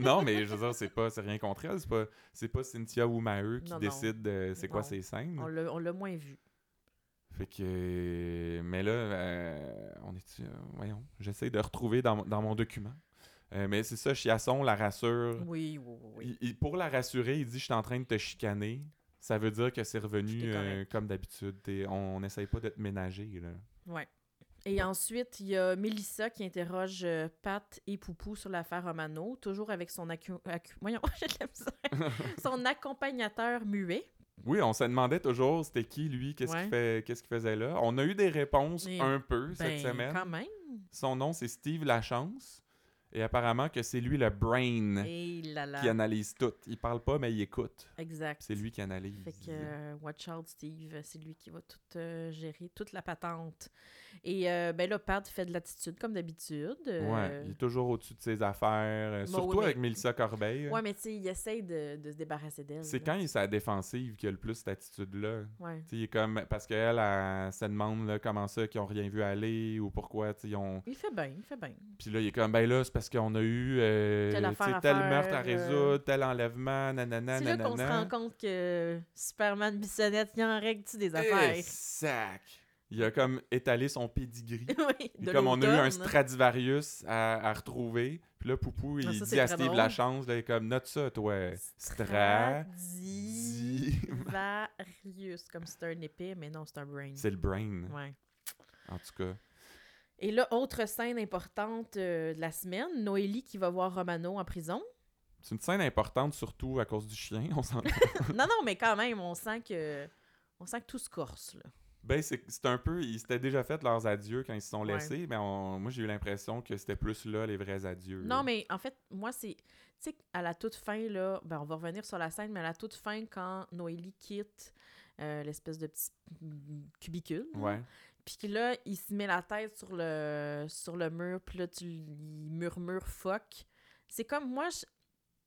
Speaker 1: non, mais je veux dire, c'est pas c'est rien contre elle, c'est pas c'est pas Cynthia ou Maheu qui
Speaker 2: Non, non.
Speaker 1: décide de c'est quoi
Speaker 2: Non.
Speaker 1: ses scènes.
Speaker 2: On l'a on l'a moins vue.
Speaker 1: Fait que mais là euh, on est voyons, j'essaie de retrouver dans, mon- dans mon document. Euh, mais c'est ça, Chiasson la rassure.
Speaker 2: Oui, oui, oui. oui.
Speaker 1: Il- il- pour la rassurer, il dit je suis en train de te chicaner. Ça veut dire que c'est
Speaker 2: Puis
Speaker 1: revenu
Speaker 2: t'es correct.
Speaker 1: euh, comme d'habitude. T'es- On n'essaye pas de te ménager. Là.
Speaker 2: Ouais. Et ensuite, il y a Mélissa qui interroge euh, Pat et Poupou sur l'affaire Romano, toujours avec son accu- accu- voyons, (laughs) j'ai de la misère.
Speaker 1: (laughs)
Speaker 2: son accompagnateur muet.
Speaker 1: Oui, on se demandait toujours c'était qui lui, qu'est-ce
Speaker 2: Ouais.
Speaker 1: qu'il fait, qu'est-ce qu'il faisait là. On a eu des réponses
Speaker 2: Et
Speaker 1: un peu cette
Speaker 2: Ben,
Speaker 1: semaine.
Speaker 2: quand même.
Speaker 1: Son nom c'est Steve Lachance et apparemment que c'est lui le brain
Speaker 2: Et là là.
Speaker 1: Hein? qui analyse tout. Il parle pas mais il écoute.
Speaker 2: Exact.
Speaker 1: C'est lui qui analyse.
Speaker 2: Fait que euh, Watch Out Steve, c'est lui qui va tout euh, gérer, toute la patente. Et euh, ben là, Pat fait de l'attitude comme d'habitude.
Speaker 1: Ouais,
Speaker 2: euh,
Speaker 1: il est toujours au-dessus de ses affaires, euh,
Speaker 2: Bah
Speaker 1: surtout
Speaker 2: oui, mais-
Speaker 1: avec Mélissa Corbeil. hein.
Speaker 2: ouais, mais tu sais, il essaye de, de se débarrasser d'elle.
Speaker 1: c'est
Speaker 2: là.
Speaker 1: quand il est à la défensive qu'il a le plus cette attitude là.
Speaker 2: Ouais.
Speaker 1: Tu sais, il est comme parce qu'elle elle se demande là, comment ça qu'ils ont rien vu aller ou pourquoi tu sais, ils ont
Speaker 2: Il fait bien, il fait bien.
Speaker 1: Puis là, il est comme, ben là, c'est parce qu'on a eu euh,
Speaker 2: Telle
Speaker 1: tu sais,
Speaker 2: affaire à
Speaker 1: tel
Speaker 2: faire,
Speaker 1: meurtre à
Speaker 2: euh,
Speaker 1: résoudre, tel enlèvement, nanana,
Speaker 2: C'est là
Speaker 1: nanana.
Speaker 2: qu'on se rend compte que Superman Bissonnette, il en règle-tu des
Speaker 1: Eh,
Speaker 2: affaires?
Speaker 1: sac! Il a comme étalé son
Speaker 2: (laughs)
Speaker 1: pedigree.
Speaker 2: oui,
Speaker 1: Et
Speaker 2: de
Speaker 1: comme on a eu un
Speaker 2: l'automne.
Speaker 1: Stradivarius à, à retrouver. Puis là, Poupou, il
Speaker 2: Ah, ça, c'est
Speaker 1: dit à
Speaker 2: très
Speaker 1: Steve
Speaker 2: drôle.
Speaker 1: Lachance, là, il est comme, note ça, toi. Stra-
Speaker 2: Stradivarius, comme c'est un épée, mais non, c'est un brain.
Speaker 1: C'est le brain,
Speaker 2: Ouais.
Speaker 1: en tout cas.
Speaker 2: Et là, autre scène importante euh, de la semaine, Noélie qui va voir Romano
Speaker 1: (laughs)
Speaker 2: en prison.
Speaker 1: C'est une scène importante, surtout à cause du chien, (laughs) on s'en
Speaker 2: non, non, mais quand même, on sent que, on sent que tout se corse. Là.
Speaker 1: Ben, c'est c'est un peu. Ils s'étaient déjà fait leurs adieux quand ils se sont
Speaker 2: Ouais.
Speaker 1: laissés, mais on- moi, j'ai eu l'impression que c'était plus là les vrais adieux.
Speaker 2: Non, mais en fait, moi, c'est. Tu sais, à la toute fin, là, ben, on va revenir sur la scène, mais à la toute fin, quand Noélie quitte euh, l'espèce de petit mm, cubicule, là,
Speaker 1: Ouais.
Speaker 2: Puis que là, il se met la tête sur le, sur le mur, puis là, tu il murmure fuck. C'est comme moi, je-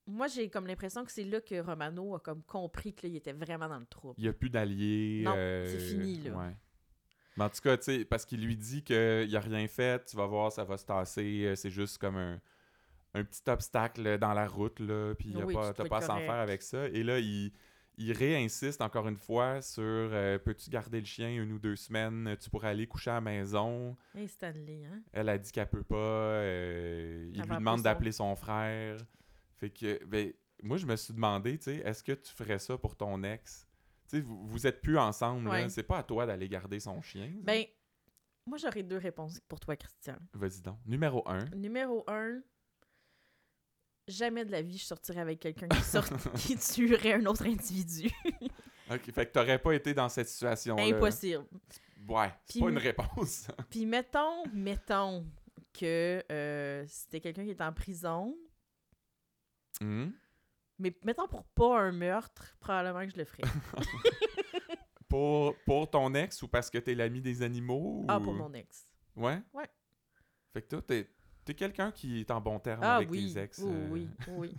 Speaker 2: moi j'ai comme l'impression que c'est là que Romano a comme compris qu'il était vraiment dans le trouble.
Speaker 1: Il n'y a plus d'alliés.
Speaker 2: Non,
Speaker 1: euh,
Speaker 2: c'est fini, là.
Speaker 1: ouais. Mais en tout cas, tu sais, parce qu'il lui dit qu'il a rien fait, tu vas voir, ça va se tasser. euh, C'est juste comme un, un petit obstacle dans la route, là. Puis y a
Speaker 2: Oui,
Speaker 1: pas-
Speaker 2: tu
Speaker 1: t'as
Speaker 2: dois être
Speaker 1: pas à s'en
Speaker 2: correct.
Speaker 1: faire avec ça. Et là, il, il réinsiste encore une fois sur euh, peux-tu garder le chien une ou deux semaines Tu pourrais aller coucher à la maison.
Speaker 2: Hey Stanley, hein?
Speaker 1: Elle a dit qu'elle peut pas. euh, il
Speaker 2: Elle
Speaker 1: lui
Speaker 2: va
Speaker 1: demande
Speaker 2: appeler son-
Speaker 1: d'appeler son frère. Fait que, ben, moi, je me suis demandé, tu sais, est-ce que tu ferais ça pour ton ex? Tu sais, vous, vous êtes plus ensemble, là.
Speaker 2: Ouais.
Speaker 1: C'est pas à toi d'aller garder son chien. ça.
Speaker 2: Ben, moi j'aurais deux réponses pour toi, Christian.
Speaker 1: Vas-y donc. Numéro un.
Speaker 2: Numéro un, jamais de la vie je sortirais avec quelqu'un qui, sort... qui tuerait un autre individu.
Speaker 1: OK, fait que t'aurais pas été dans cette situation-là.
Speaker 2: Impossible.
Speaker 1: Ouais, c'est
Speaker 2: Puis
Speaker 1: pas une
Speaker 2: nous-
Speaker 1: réponse. (laughs) ça.
Speaker 2: Puis mettons, mettons que euh, c'était quelqu'un qui est en prison,
Speaker 1: Hmm?
Speaker 2: mais mettons pour pas un meurtre, probablement que je le ferais.
Speaker 1: Pour, pour ton ex ou parce que t'es l'ami des animaux?
Speaker 2: Ah,
Speaker 1: ou-
Speaker 2: pour mon ex.
Speaker 1: Ouais?
Speaker 2: Ouais.
Speaker 1: Fait que toi, t'es... T'es quelqu'un qui est en bon terme
Speaker 2: Ah
Speaker 1: avec
Speaker 2: oui,
Speaker 1: tes ex.
Speaker 2: oui,
Speaker 1: euh,
Speaker 2: oui,
Speaker 1: (laughs)
Speaker 2: oui.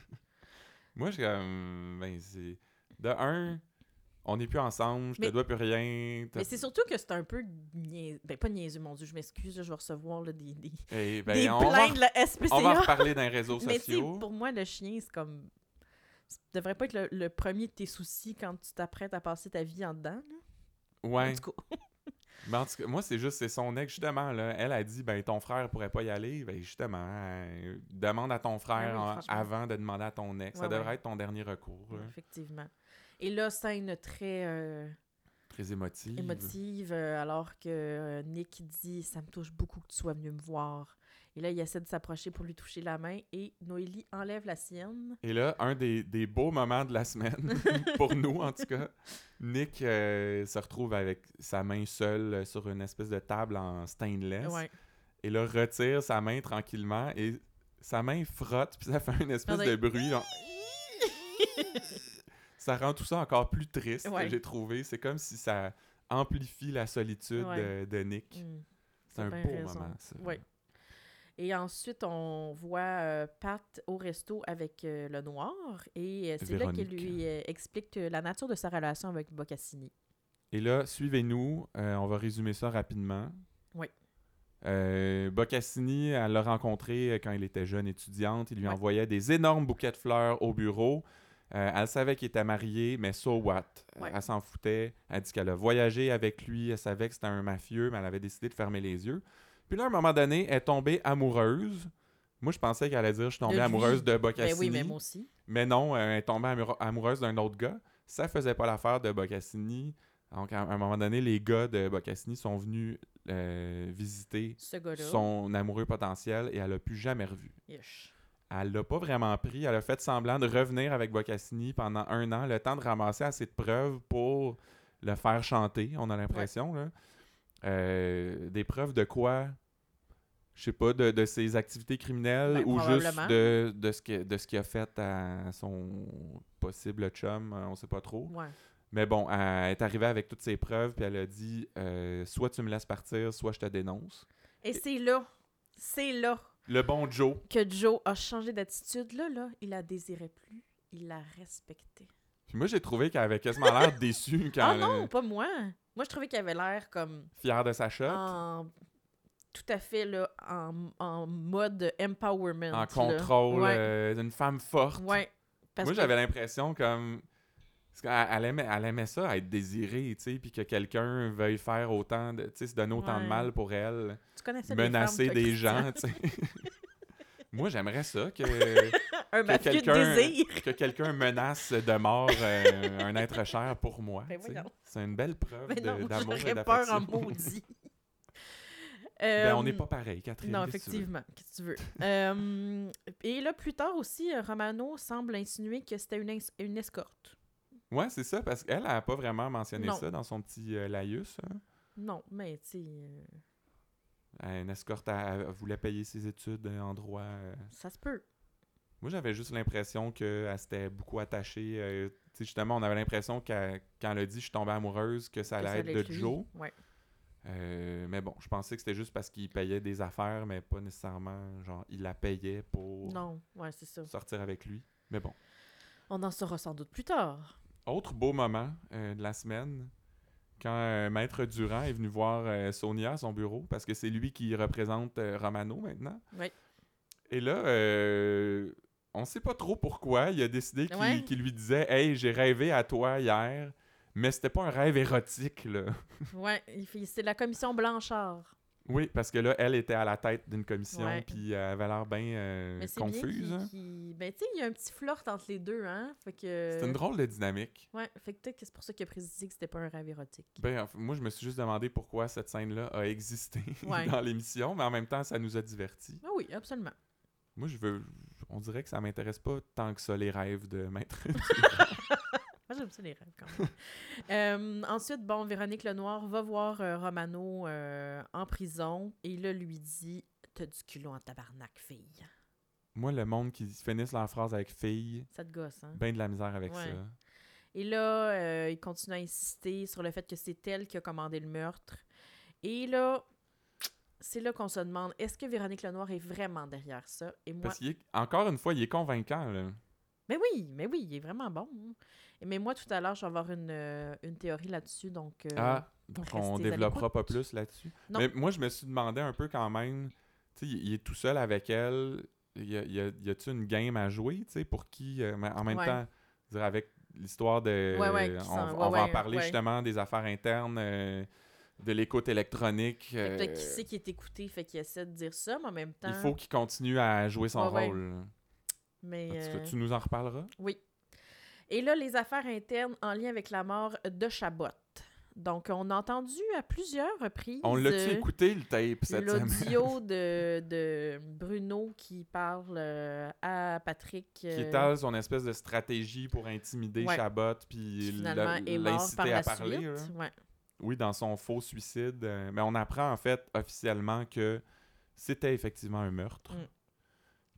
Speaker 1: Moi, je suis comme. Ben, c'est. De un, on n'est plus ensemble, je te
Speaker 2: Mais-
Speaker 1: dois plus rien. t'as-
Speaker 2: Mais c'est surtout que c'est un peu niais- Ben, pas niaiseux, mon Dieu, je m'excuse, là, je vais recevoir là, des, des,
Speaker 1: Eh ben,
Speaker 2: des
Speaker 1: on, va,
Speaker 2: plaintes de la SPCA.
Speaker 1: on va en reparler dans les réseaux
Speaker 2: (laughs) Mais tu sais,
Speaker 1: sociaux.
Speaker 2: pour moi, le chien, c'est comme. Ça devrait pas être le, le premier de tes soucis quand tu t'apprêtes à passer ta vie en dedans. là.
Speaker 1: Ouais.
Speaker 2: En tout cas,
Speaker 1: Mais en tout cas, moi, c'est juste, c'est son ex, justement. Là, elle a dit, ben, ton frère pourrait pas y aller. Ben, justement, euh, demande à ton frère
Speaker 2: Ah oui,
Speaker 1: en-
Speaker 2: franchement.
Speaker 1: avant de demander à ton ex.
Speaker 2: Ouais,
Speaker 1: Ça devrait
Speaker 2: ouais.
Speaker 1: être ton dernier recours. là.
Speaker 2: effectivement. Et là, scène très euh,
Speaker 1: Très émotif.
Speaker 2: émotive, euh, alors que euh, Nick dit Ça me touche beaucoup que tu sois venu me voir. Et là, il essaie de s'approcher pour lui toucher la main et Noélie enlève la sienne.
Speaker 1: Et là, un des, des beaux moments de la semaine,
Speaker 2: (laughs)
Speaker 1: pour nous en tout cas, Nick euh, se retrouve avec sa main seule euh, sur une espèce de table en stainless.
Speaker 2: Ouais.
Speaker 1: et là retire sa main tranquillement et sa main frotte puis ça fait une espèce
Speaker 2: Attendez.
Speaker 1: de bruit. genre. ça rend tout ça encore plus triste,
Speaker 2: Ouais.
Speaker 1: j'ai trouvé. C'est comme si ça amplifie la solitude de,
Speaker 2: Ouais.
Speaker 1: de Nick.
Speaker 2: Mm.
Speaker 1: C'est un
Speaker 2: bien
Speaker 1: beau
Speaker 2: raison.
Speaker 1: moment, ça.
Speaker 2: Oui. Et ensuite, on voit euh, Pat au resto avec euh, le noir. Et euh, c'est là qu'il
Speaker 1: Véronique.
Speaker 2: lui euh, explique euh, la nature de sa relation avec Boccassini.
Speaker 1: Et là, suivez-nous. euh, on va résumer ça rapidement.
Speaker 2: Oui.
Speaker 1: Euh, Boccassini, elle l'a rencontré euh, quand il était jeune étudiante. Il lui
Speaker 2: Ouais.
Speaker 1: envoyait des énormes bouquets de fleurs au bureau. Euh, elle savait qu'il était marié, mais so what? Euh,
Speaker 2: Ouais.
Speaker 1: Elle s'en foutait. Elle dit qu'elle a voyagé avec lui. Elle savait que c'était un mafieux, mais elle avait décidé de fermer les yeux. Puis là, à un moment donné, elle est tombée amoureuse. Moi, je pensais qu'elle allait dire « Je suis tombée
Speaker 2: lui.
Speaker 1: amoureuse de Boccassini
Speaker 2: Ben oui, mais moi aussi.
Speaker 1: mais non, euh, elle est tombée amoure- amoureuse d'un autre gars. Ça faisait pas l'affaire de Bocassini. Donc, à à un moment donné, les gars de Bocassini sont venus euh, visiter
Speaker 2: Ce gars-là.
Speaker 1: son amoureux potentiel et elle l'a plus jamais revu.
Speaker 2: Ish.
Speaker 1: Elle l'a pas vraiment pris. Elle a fait semblant de revenir avec Bocassini pendant un an, le temps de ramasser assez de preuves pour le faire chanter, on a l'impression. là. Euh, des preuves de quoi Je sais pas, de, de ses activités criminelles
Speaker 2: Ben,
Speaker 1: ou juste
Speaker 2: probablement.
Speaker 1: de, de ce que- de ce qu'il a fait à son possible chum, euh, on sait pas trop.
Speaker 2: Ouais.
Speaker 1: Mais bon, elle est arrivée avec toutes ses preuves, puis elle a dit euh, soit tu me laisses partir, soit je te dénonce.
Speaker 2: Et c'est là, c'est là
Speaker 1: Le bon Joe.
Speaker 2: que Joe a changé d'attitude. Là, là, il la désirait plus. Il la respectait.
Speaker 1: Puis moi, j'ai trouvé qu'elle avait quasiment
Speaker 2: (laughs)
Speaker 1: l'air déçue quand
Speaker 2: Ah
Speaker 1: elle-
Speaker 2: non, pas moi. Moi, je trouvais qu'il avait l'air comme
Speaker 1: fière de sa shot,
Speaker 2: en... tout à fait là, en, en mode empowerment.
Speaker 1: en
Speaker 2: là.
Speaker 1: contrôle,
Speaker 2: Ouais.
Speaker 1: euh, une femme forte.
Speaker 2: Ouais. Parce
Speaker 1: Moi,
Speaker 2: que-
Speaker 1: j'avais l'impression comme. parce qu'elle- Elle aimait, elle aimait ça, être désirée, tu sais, puis que quelqu'un veuille faire autant, de, tu sais, se donner autant de
Speaker 2: Ouais.
Speaker 1: mal pour elle,
Speaker 2: Tu connaissais les
Speaker 1: menacer
Speaker 2: femmes, toi,
Speaker 1: des
Speaker 2: Christian.
Speaker 1: gens, tu sais. (laughs) Moi, j'aimerais ça, que,
Speaker 2: Un
Speaker 1: que
Speaker 2: mafieux
Speaker 1: quelqu'un
Speaker 2: de désir.
Speaker 1: que quelqu'un menace de mort euh, un être cher pour moi.
Speaker 2: Ben
Speaker 1: tu sais.
Speaker 2: voyons.
Speaker 1: C'est une belle preuve
Speaker 2: (laughs) Mais
Speaker 1: de-
Speaker 2: non,
Speaker 1: d'amour et
Speaker 2: j'aurais peur
Speaker 1: d'affection. (laughs)
Speaker 2: en maudit.
Speaker 1: Ben, on
Speaker 2: Euh,
Speaker 1: n'est pas pareil, Catherine.
Speaker 2: Non,
Speaker 1: qu'est-ce que tu veux?
Speaker 2: effectivement, qu'est-ce que tu veux. (laughs) Euh, et là, plus tard aussi, euh, Romano semble insinuer que c'était une, ins- une escorte.
Speaker 1: Ouais, c'est ça, parce qu'elle n'a pas vraiment mentionné
Speaker 2: Non.
Speaker 1: ça dans son petit euh, laïus. hein.
Speaker 2: Non, mais tu sais, euh,
Speaker 1: Une escorte, à, elle voulait payer ses études euh, en droit. euh.
Speaker 2: ça se peut.
Speaker 1: Moi, j'avais juste l'impression qu'elle s'était beaucoup attachée. euh, tu sais, justement, on avait l'impression qu'elle- quand elle a dit « je suis tombée amoureuse » que ça
Speaker 2: que
Speaker 1: allait
Speaker 2: ça
Speaker 1: être
Speaker 2: allait
Speaker 1: de
Speaker 2: être lui.
Speaker 1: Joe.
Speaker 2: Ouais.
Speaker 1: Euh, mais bon, je pensais que c'était juste parce qu'il payait des affaires, mais pas nécessairement, genre, il la payait pour
Speaker 2: Non, ouais, c'est ça.
Speaker 1: sortir avec lui. Mais bon.
Speaker 2: On en saura sans doute plus tard.
Speaker 1: Autre beau moment euh, de la semaine, quand euh, Maître Durand est venu voir euh, Sonia à son bureau, parce que c'est lui qui représente euh, Romano maintenant.
Speaker 2: Oui.
Speaker 1: Et là, euh, on sait pas trop pourquoi, il a décidé qu'il
Speaker 2: Ouais.
Speaker 1: qu'il lui disait « Hey, j'ai rêvé à toi hier, mais c'était pas un rêve érotique, là. » (laughs)
Speaker 2: Ouais, il fait- c'est la commission Blanchard.
Speaker 1: Oui, parce que là, elle était à la tête d'une commission,
Speaker 2: Ouais.
Speaker 1: puis elle avait l'air bien euh,
Speaker 2: Mais c'est bien
Speaker 1: confuse. hein.
Speaker 2: qu'il- qu'il- Ben, tu sais, il y a un petit flirt entre les deux, hein? Fait que...
Speaker 1: C'est une drôle de dynamique.
Speaker 2: Ouais, fait que peut-être que c'est pour ça qu'il a précisé que c'était pas un rêve érotique.
Speaker 1: Ben, enfin, moi, je me suis juste demandé pourquoi cette scène-là a existé (laughs)
Speaker 2: Ouais.
Speaker 1: dans l'émission, mais en même temps, ça nous a divertis.
Speaker 2: Ah oui, absolument.
Speaker 1: Moi, je veux. On dirait que ça m'intéresse pas tant que ça, les rêves de maître.
Speaker 2: Moi, j'aime ça les rêves quand même. (laughs) Euh, ensuite, bon, Véronique Lenoir va voir euh, Romano euh, en prison et là, lui dit T'as du culot en tabarnak, fille.
Speaker 1: moi, le monde qui finissent leur phrase avec fille,
Speaker 2: Ça te gosse, hein?
Speaker 1: ben de la misère avec
Speaker 2: Ouais.
Speaker 1: ça.
Speaker 2: Et là, euh, il continue à insister sur le fait que c'est elle qui a commandé le meurtre. Et là, c'est là qu'on se demande est-ce que Véronique Lenoir est vraiment derrière ça Et moi,
Speaker 1: Parce qu'il est- encore une fois, il est convaincant, là.
Speaker 2: Mais oui, mais oui, il est vraiment bon. Et Mais moi, tout à l'heure, je vais avoir une, euh, une théorie là-dessus. Donc, euh,
Speaker 1: Ah, donc on
Speaker 2: restez à
Speaker 1: développera
Speaker 2: l'écoute.
Speaker 1: pas plus là-dessus.
Speaker 2: Non.
Speaker 1: Mais moi, je me suis demandé un peu quand même, tu sais, il il est tout seul avec elle, y a- y a- y a-tu une game à jouer, tu sais, pour qui, euh, mais en même
Speaker 2: Ouais.
Speaker 1: temps, je dirais, avec l'histoire de...
Speaker 2: Ouais, ouais, qui
Speaker 1: on
Speaker 2: s'en-
Speaker 1: on
Speaker 2: ouais,
Speaker 1: va en
Speaker 2: ouais,
Speaker 1: parler
Speaker 2: ouais.
Speaker 1: justement des affaires internes, euh, de l'écoute électronique.
Speaker 2: fait que peut-être
Speaker 1: euh,
Speaker 2: qu'il sait qu'il est écouté, fait qu'il essaie de dire ça, mais en même temps.
Speaker 1: il faut qu'il continue à jouer son
Speaker 2: Ouais, ouais.
Speaker 1: rôle.
Speaker 2: Mais,
Speaker 1: Tu-
Speaker 2: euh,
Speaker 1: Tu nous en reparleras?
Speaker 2: Oui. Et là, les affaires internes en lien avec la mort de Chabot. Donc, on a entendu à plusieurs reprises.
Speaker 1: On l'a-tu
Speaker 2: euh,
Speaker 1: écouté, le tape, cette semaine?
Speaker 2: L'audio de, de Bruno qui parle euh, à Patrick.
Speaker 1: qui
Speaker 2: euh,
Speaker 1: étale son espèce de stratégie pour intimider
Speaker 2: Ouais.
Speaker 1: Chabot
Speaker 2: qui
Speaker 1: puis
Speaker 2: finalement
Speaker 1: l'a-
Speaker 2: est mort par
Speaker 1: l'inciter
Speaker 2: la
Speaker 1: à parler. hein. Mm. là.
Speaker 2: suite. Ouais.
Speaker 1: Oui, dans son faux suicide. euh, mais on apprend en fait officiellement que c'était effectivement un meurtre.
Speaker 2: Mm.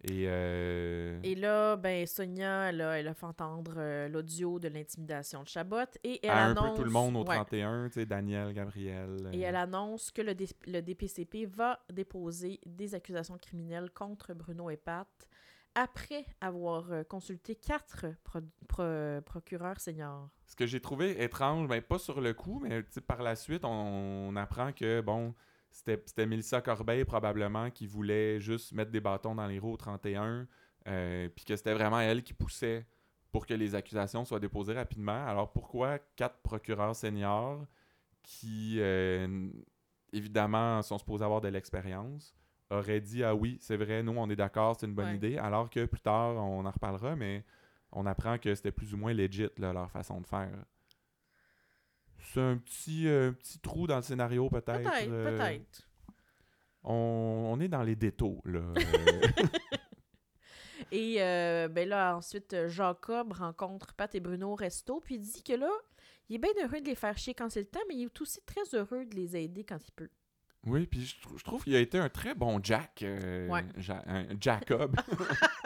Speaker 1: Et, euh,
Speaker 2: Et là, ben, Sonia, elle a, elle a fait entendre euh, l'audio de l'intimidation de Chabot et elle
Speaker 1: à un
Speaker 2: annonce...
Speaker 1: peu tout le monde au
Speaker 2: ouais.
Speaker 1: 31, tu sais, Daniel, Gabriel.
Speaker 2: Et
Speaker 1: euh,
Speaker 2: elle annonce que le, D- le DPCP va déposer des accusations criminelles contre Bruno et Pat après avoir euh, consulté quatre pro- pro- procureurs seniors.
Speaker 1: Ce que j'ai trouvé étrange, ben, pas sur le coup, mais tu sais, par la suite, on, on apprend que, bon, c'était c'était Mélissa Corbeil probablement qui voulait juste mettre des bâtons dans les roues au 31, euh, puis que c'était vraiment elle qui poussait pour que les accusations soient déposées rapidement. Alors pourquoi quatre procureurs seniors qui, euh, évidemment, sont supposés avoir de l'expérience, auraient dit Ah oui, c'est vrai, nous, on est d'accord, c'est une bonne
Speaker 2: Ouais.
Speaker 1: idée, alors que plus tard, on en reparlera, mais on apprend que c'était plus ou moins legit là, leur façon de faire. C'est un petit, euh, petit trou dans le scénario, peut-être.
Speaker 2: Peut-être,
Speaker 1: euh,
Speaker 2: peut-être.
Speaker 1: On, on est dans les détaux,
Speaker 2: (laughs)
Speaker 1: là. Euh,
Speaker 2: Et euh, ben là, ensuite, euh, Jacob rencontre Pat et Bruno au resto, puis il dit que là, il est bien heureux de les faire chier quand c'est le temps, mais il est aussi très heureux de les aider quand il peut.
Speaker 1: oui, puis je, trou- je trouve qu'il a été un très bon Jack. euh,
Speaker 2: Ouais.
Speaker 1: Ja- un Jacob.
Speaker 2: (laughs)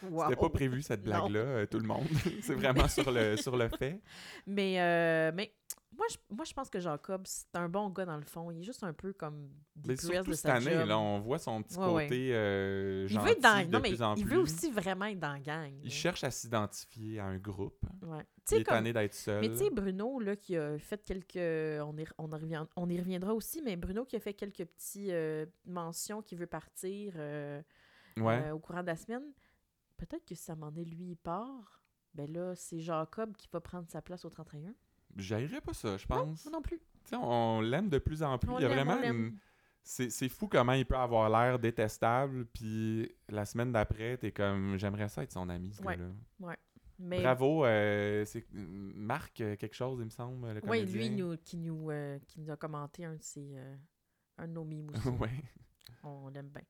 Speaker 1: C'était pas prévu, cette
Speaker 2: Non.
Speaker 1: blague-là, euh, tout le monde. (laughs) c'est vraiment sur le, sur le
Speaker 2: (laughs)
Speaker 1: fait.
Speaker 2: Mais, euh, mais moi, je, moi, je pense que Jacob, c'est un bon gars dans le fond. Il est juste un peu comme
Speaker 1: Mais
Speaker 2: dépressed
Speaker 1: surtout
Speaker 2: de
Speaker 1: cette
Speaker 2: sa
Speaker 1: année,
Speaker 2: job.
Speaker 1: là, on voit son petit
Speaker 2: Ouais, ouais.
Speaker 1: côté euh,
Speaker 2: il
Speaker 1: gentil
Speaker 2: veut être dans...
Speaker 1: de
Speaker 2: non, mais
Speaker 1: plus en
Speaker 2: il
Speaker 1: plus.
Speaker 2: veut aussi vraiment être dans la gang. là.
Speaker 1: Il cherche à s'identifier à un groupe.
Speaker 2: Ouais. Tu
Speaker 1: Il
Speaker 2: sais,
Speaker 1: est
Speaker 2: comme...
Speaker 1: tanné d'être seul.
Speaker 2: Mais tu sais, Bruno, là, qui a fait quelques... On y, on, en revient- on y reviendra aussi, mais Bruno qui a fait quelques petites mentions qu'il veut partir euh,
Speaker 1: ouais.
Speaker 2: euh, au courant de la semaine, peut-être que si à un moment donné, lui, il part, ben là, c'est Jacob qui va prendre sa place au 31.
Speaker 1: J'haïrais pas ça, je
Speaker 2: Non,
Speaker 1: pense.
Speaker 2: moi non plus.
Speaker 1: Tu sais, on, on l'aime de plus en plus.
Speaker 2: On
Speaker 1: il y a
Speaker 2: l'aime, on
Speaker 1: vraiment
Speaker 2: l'aime.
Speaker 1: une- C'est c'est fou comment il peut avoir l'air détestable, puis la semaine d'après, t'es comme « J'aimerais ça être son ami, ce
Speaker 2: Ouais.
Speaker 1: gars-là.
Speaker 2: Mais...
Speaker 1: Bravo, euh, c'est Marc euh, quelque chose, il me semble, le
Speaker 2: Oui,
Speaker 1: comédien.
Speaker 2: lui nous, qui, nous, euh, qui nous a commenté un de, ses, euh, un de
Speaker 1: (laughs)
Speaker 2: nos mimes
Speaker 1: (laughs)
Speaker 2: aussi.
Speaker 1: ouais.
Speaker 2: On l'aime bien.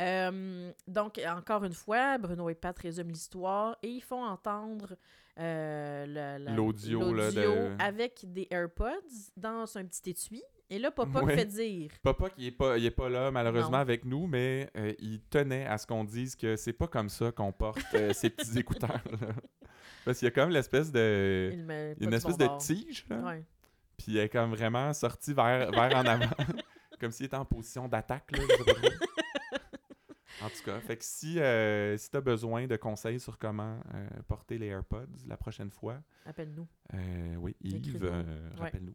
Speaker 2: Euh, donc, encore une fois, Bruno et Pat résument l'histoire et ils font entendre euh, la- la-
Speaker 1: L'audio, là, de-
Speaker 2: l'audio avec des AirPods dans un petit étui. Et là, Papa
Speaker 1: Ouais.
Speaker 2: fait dire.
Speaker 1: Papa qui est pas, il est pas là malheureusement
Speaker 2: Non.
Speaker 1: avec nous, mais euh, il tenait à ce qu'on dise que c'est pas comme ça qu'on porte euh, ces
Speaker 2: (laughs)
Speaker 1: petits écouteurs. là. Parce qu'il y a comme l'espèce de,
Speaker 2: Il met
Speaker 1: il y a une espèce de tige hein? là,
Speaker 2: Ouais.
Speaker 1: Puis elle est comme vraiment sortie vers, vers en avant. (laughs) comme s'il était en position d'attaque, là. je sais pas trop. en tout cas, fait que si, euh, si tu as besoin de conseils sur comment euh, porter les AirPods la prochaine fois,
Speaker 2: Appelle-nous.
Speaker 1: euh, oui, Yves,
Speaker 2: Écris-nous.
Speaker 1: euh,
Speaker 2: Ouais.
Speaker 1: rappelle-nous.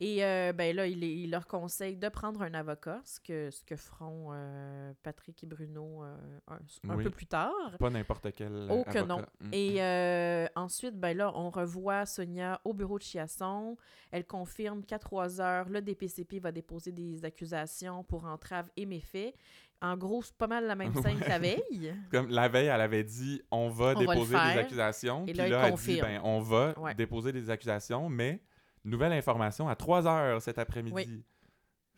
Speaker 2: Et euh, ben là, il, est- il leur conseille de prendre un avocat, ce que, ce que feront euh, Patrick et Bruno euh, un, un
Speaker 1: Oui.
Speaker 2: peu plus tard.
Speaker 1: Pas n'importe quel. euh,
Speaker 2: Oh que
Speaker 1: avocat.
Speaker 2: non.
Speaker 1: Mm.
Speaker 2: Et euh, ensuite, ben là, on revoit Sonia au bureau de Chiasson. Elle confirme qu'à 3 heures, le DPCP va déposer des accusations pour entrave et méfait. En gros, c'est pas mal la même scène que la veille.
Speaker 1: Comme la veille, elle avait dit on va
Speaker 2: euh, On va le
Speaker 1: déposer
Speaker 2: faire.
Speaker 1: des accusations.
Speaker 2: Et
Speaker 1: Puis là,
Speaker 2: là, il
Speaker 1: elle dit
Speaker 2: confirme.
Speaker 1: ben, on va
Speaker 2: Ouais.
Speaker 1: déposer des accusations, mais nouvelle information à 3 heures cet après-midi.
Speaker 2: Oui.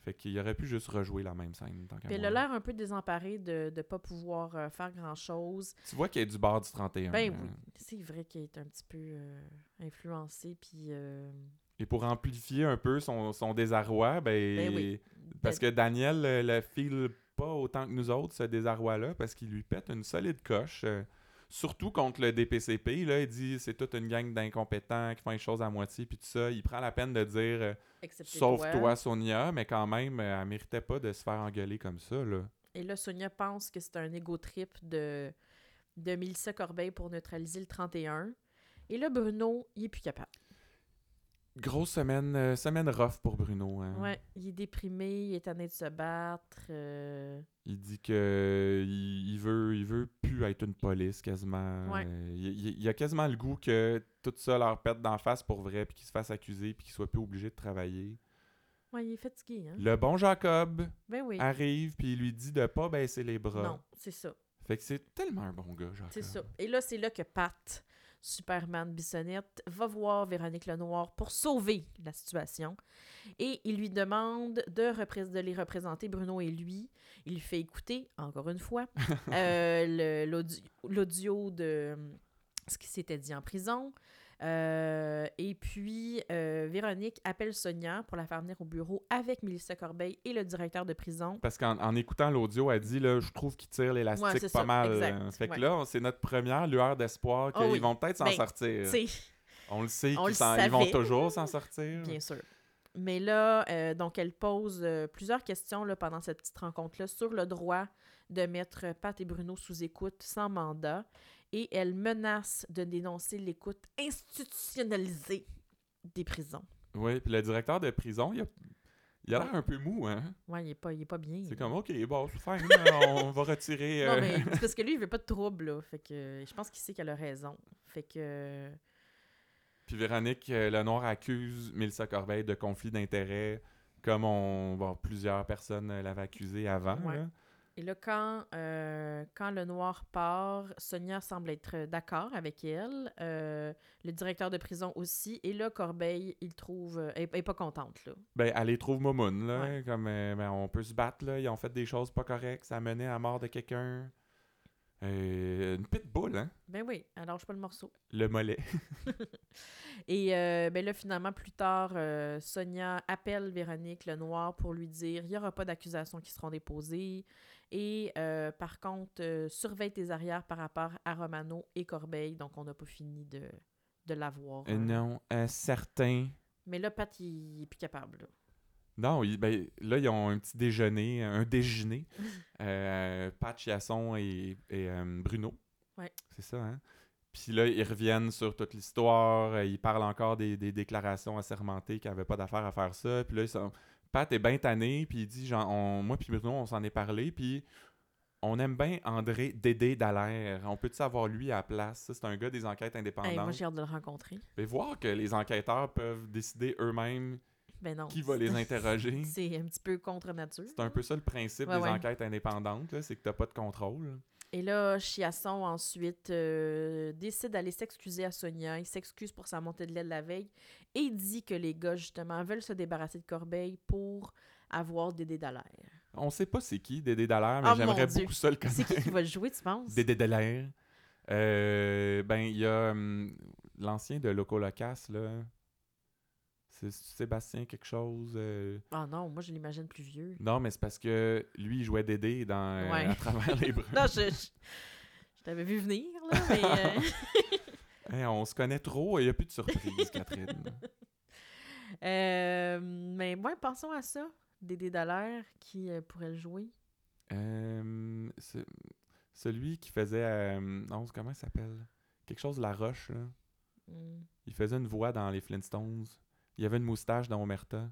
Speaker 1: Fait qu'il aurait pu juste rejouer la même scène. tant qu'à
Speaker 2: Puis elle
Speaker 1: moi.
Speaker 2: a l'air un peu désemparée de ne pas pouvoir euh, faire grand-chose.
Speaker 1: Tu vois qu'il est du bord du 31.
Speaker 2: Ben
Speaker 1: hein.
Speaker 2: oui, c'est vrai qu'elle est un petit peu euh, influencée, puis... euh,
Speaker 1: Et pour amplifier un peu son, son désarroi, ben,
Speaker 2: Ben oui.
Speaker 1: parce que Daniel euh, le file pas autant que nous autres, ce désarroi-là, parce qu'il lui pète une solide coche. euh, surtout contre le DPCP. Là, il dit c'est toute une gang d'incompétents qui font les choses à moitié, puis tout ça. Il prend la peine de dire. euh,
Speaker 2: Excepté
Speaker 1: Sauf toi, Sonia, mais quand même, euh, elle méritait pas de se faire engueuler comme ça, là.
Speaker 2: Et là, Sonia pense que c'est un égo trip de, de Mélissa Corbeil pour neutraliser le 31. Et là, Bruno, il est plus capable.
Speaker 1: Grosse semaine, euh, semaine rough pour Bruno. hein.
Speaker 2: Ouais, il est déprimé, il est tanné de se battre. euh,
Speaker 1: Il dit que il, il veut, il veut plus être une police quasiment.
Speaker 2: Ouais.
Speaker 1: Euh, il, il- il a quasiment le goût que tout ça leur pète d'en face pour vrai, puis qu'ils se fassent accuser, puis qu'ils soient plus obligés de travailler.
Speaker 2: Ouais, il est fatigué, hein?
Speaker 1: Le bon Jacob
Speaker 2: Ben oui.
Speaker 1: arrive, puis il lui dit de pas baisser les bras.
Speaker 2: Non, c'est ça,
Speaker 1: Fait que c'est tellement un bon gars, Jacob.
Speaker 2: c'est ça. Et là, c'est là que Pat, Superman Bissonnette, va voir Véronique Lenoir pour sauver la situation. Et il lui demande de, représ- de les représenter, Bruno et lui. Il lui fait écouter, encore une fois, euh, le- l'audi- l'audio de hum, ce qui s'était dit en prison. Euh, et puis, euh, Véronique appelle Sonia pour la faire venir au bureau avec Mélissa Corbeil et le directeur de prison.
Speaker 1: Parce qu'en en écoutant l'audio, elle dit là, je trouve qu'il tire l'élastique
Speaker 2: Ouais,
Speaker 1: pas
Speaker 2: c'est ça,
Speaker 1: mal.
Speaker 2: exact,
Speaker 1: hein. Fait que
Speaker 2: ouais.
Speaker 1: là, on- c'est notre première lueur d'espoir
Speaker 2: Ah
Speaker 1: qu'ils
Speaker 2: oui,
Speaker 1: vont peut-être s'en
Speaker 2: ben,
Speaker 1: sortir.
Speaker 2: Tu sais,
Speaker 1: On le sait
Speaker 2: on le
Speaker 1: qu'ils s'en- ils vont
Speaker 2: savait.
Speaker 1: toujours s'en sortir.
Speaker 2: Bien sûr. Mais là, euh, donc, elle pose euh, plusieurs questions là, pendant cette petite rencontre-là sur le droit de mettre euh, Pat et Bruno sous écoute sans mandat. Et elle menace de dénoncer l'écoute institutionnalisée des prisons.
Speaker 1: Oui, puis le directeur de prison, il a il a l'air un peu mou, hein?
Speaker 2: Ouais, il est pas, il est pas bien.
Speaker 1: C'est
Speaker 2: là.
Speaker 1: comme, OK, bon, c'est fine, hein, on va retirer...
Speaker 2: Mm. (laughs) Non,
Speaker 1: euh,
Speaker 2: mais c'est parce que lui, il veut pas de trouble, là. Fait que euh, je pense qu'il sait qu'elle a raison. Fait que... euh,
Speaker 1: Puis Véronique euh, Lenoir accuse Mélissa Corbeil de conflit d'intérêts, comme on, bon, plusieurs personnes euh, l'avaient accusée avant.
Speaker 2: Ouais.
Speaker 1: là.
Speaker 2: Et là, quand, euh, quand le noir part, Sonia semble être euh, d'accord avec elle. euh, le directeur de prison aussi. Et là, Corbeil, il trouve. euh, elle n'est pas contente, là.
Speaker 1: Ben, elle les trouve momounes, là.
Speaker 2: Ouais.
Speaker 1: Comme, euh, ben, on peut se battre, là. Ils ont fait des choses pas correctes. Ça a mené à la mort de quelqu'un. Euh, une pitbull, hein?
Speaker 2: Ben oui, alors je pas le morceau.
Speaker 1: Le mollet.
Speaker 2: Et euh, ben là, finalement, plus tard, euh, Sonia appelle Véronique Lenoir pour lui dire il n'y aura pas d'accusations qui seront déposées. Et euh, par contre, euh, surveille tes arrières par rapport à Romano et Corbeil. Donc, on n'a pas fini de, de l'avoir. hein.
Speaker 1: Euh, non, euh, certain.
Speaker 2: Mais là, Pat, il n'est plus capable. là.
Speaker 1: Non, ils- ben, là, ils ont un petit déjeuner, un déjeuner. Euh, Pat Chiasson et, et, euh, Bruno.
Speaker 2: Ouais.
Speaker 1: C'est ça, hein? Puis là, ils reviennent sur toute l'histoire. euh, Ils parlent encore des, des déclarations assermentées qu'ils n'avaient pas d'affaire à faire ça. Puis là, ils sont- Pat est bien tanné, puis il dit, genre, on- moi puis Bruno, on s'en est parlé, puis on aime bien André Dédé Dallaire. On peut-tu avoir lui à la place? Ça, c'est un gars des enquêtes
Speaker 2: Hey, moi,
Speaker 1: indépendantes.
Speaker 2: j'ai hâte de le rencontrer.
Speaker 1: Mais voir que les enquêteurs peuvent décider eux-mêmes
Speaker 2: Ben non.
Speaker 1: qui va les interroger.
Speaker 2: (laughs) C'est un petit peu contre nature.
Speaker 1: C'est un peu ça le principe
Speaker 2: Ouais,
Speaker 1: des
Speaker 2: ouais.
Speaker 1: enquêtes indépendantes, là, c'est que t'as pas de contrôle.
Speaker 2: Et là, Chiasson, ensuite, euh, décide d'aller s'excuser à Sonia. Il s'excuse pour sa montée de lait de la veille et il dit que les gars, justement, veulent se débarrasser de Corbeil pour avoir Dédé Dallaire.
Speaker 1: On sait pas c'est qui, Dédé Dallaire, mais
Speaker 2: Ah, mon
Speaker 1: j'aimerais
Speaker 2: Dieu.
Speaker 1: beaucoup ça le
Speaker 2: C'est qui qui
Speaker 1: connaître.
Speaker 2: va le jouer, tu penses?
Speaker 1: Dédé Dallaire. Euh, ben, il y a hum, l'ancien de Loco Locas, là. C'est Sébastien quelque chose. euh.
Speaker 2: Ah non, moi, je l'imagine plus vieux.
Speaker 1: Non, mais c'est parce que lui, il jouait Dédé dans, euh,
Speaker 2: Ouais.
Speaker 1: à travers les
Speaker 2: (laughs)
Speaker 1: brumes.
Speaker 2: Non, je, je, je t'avais vu venir, là, mais... euh, (laughs)
Speaker 1: Hey, on se connaît trop, il n'y a plus de surprise, Catherine.
Speaker 2: Euh, (laughs) mais moi, pensons à ça. Dédé Dallaire qui euh, pourrait le jouer.
Speaker 1: Euh, ce- celui qui faisait. euh, non, comment il s'appelle Quelque chose de La Roche, là.
Speaker 2: Hmm,
Speaker 1: Il faisait une voix dans les Flintstones. Il avait une moustache dans Omerta.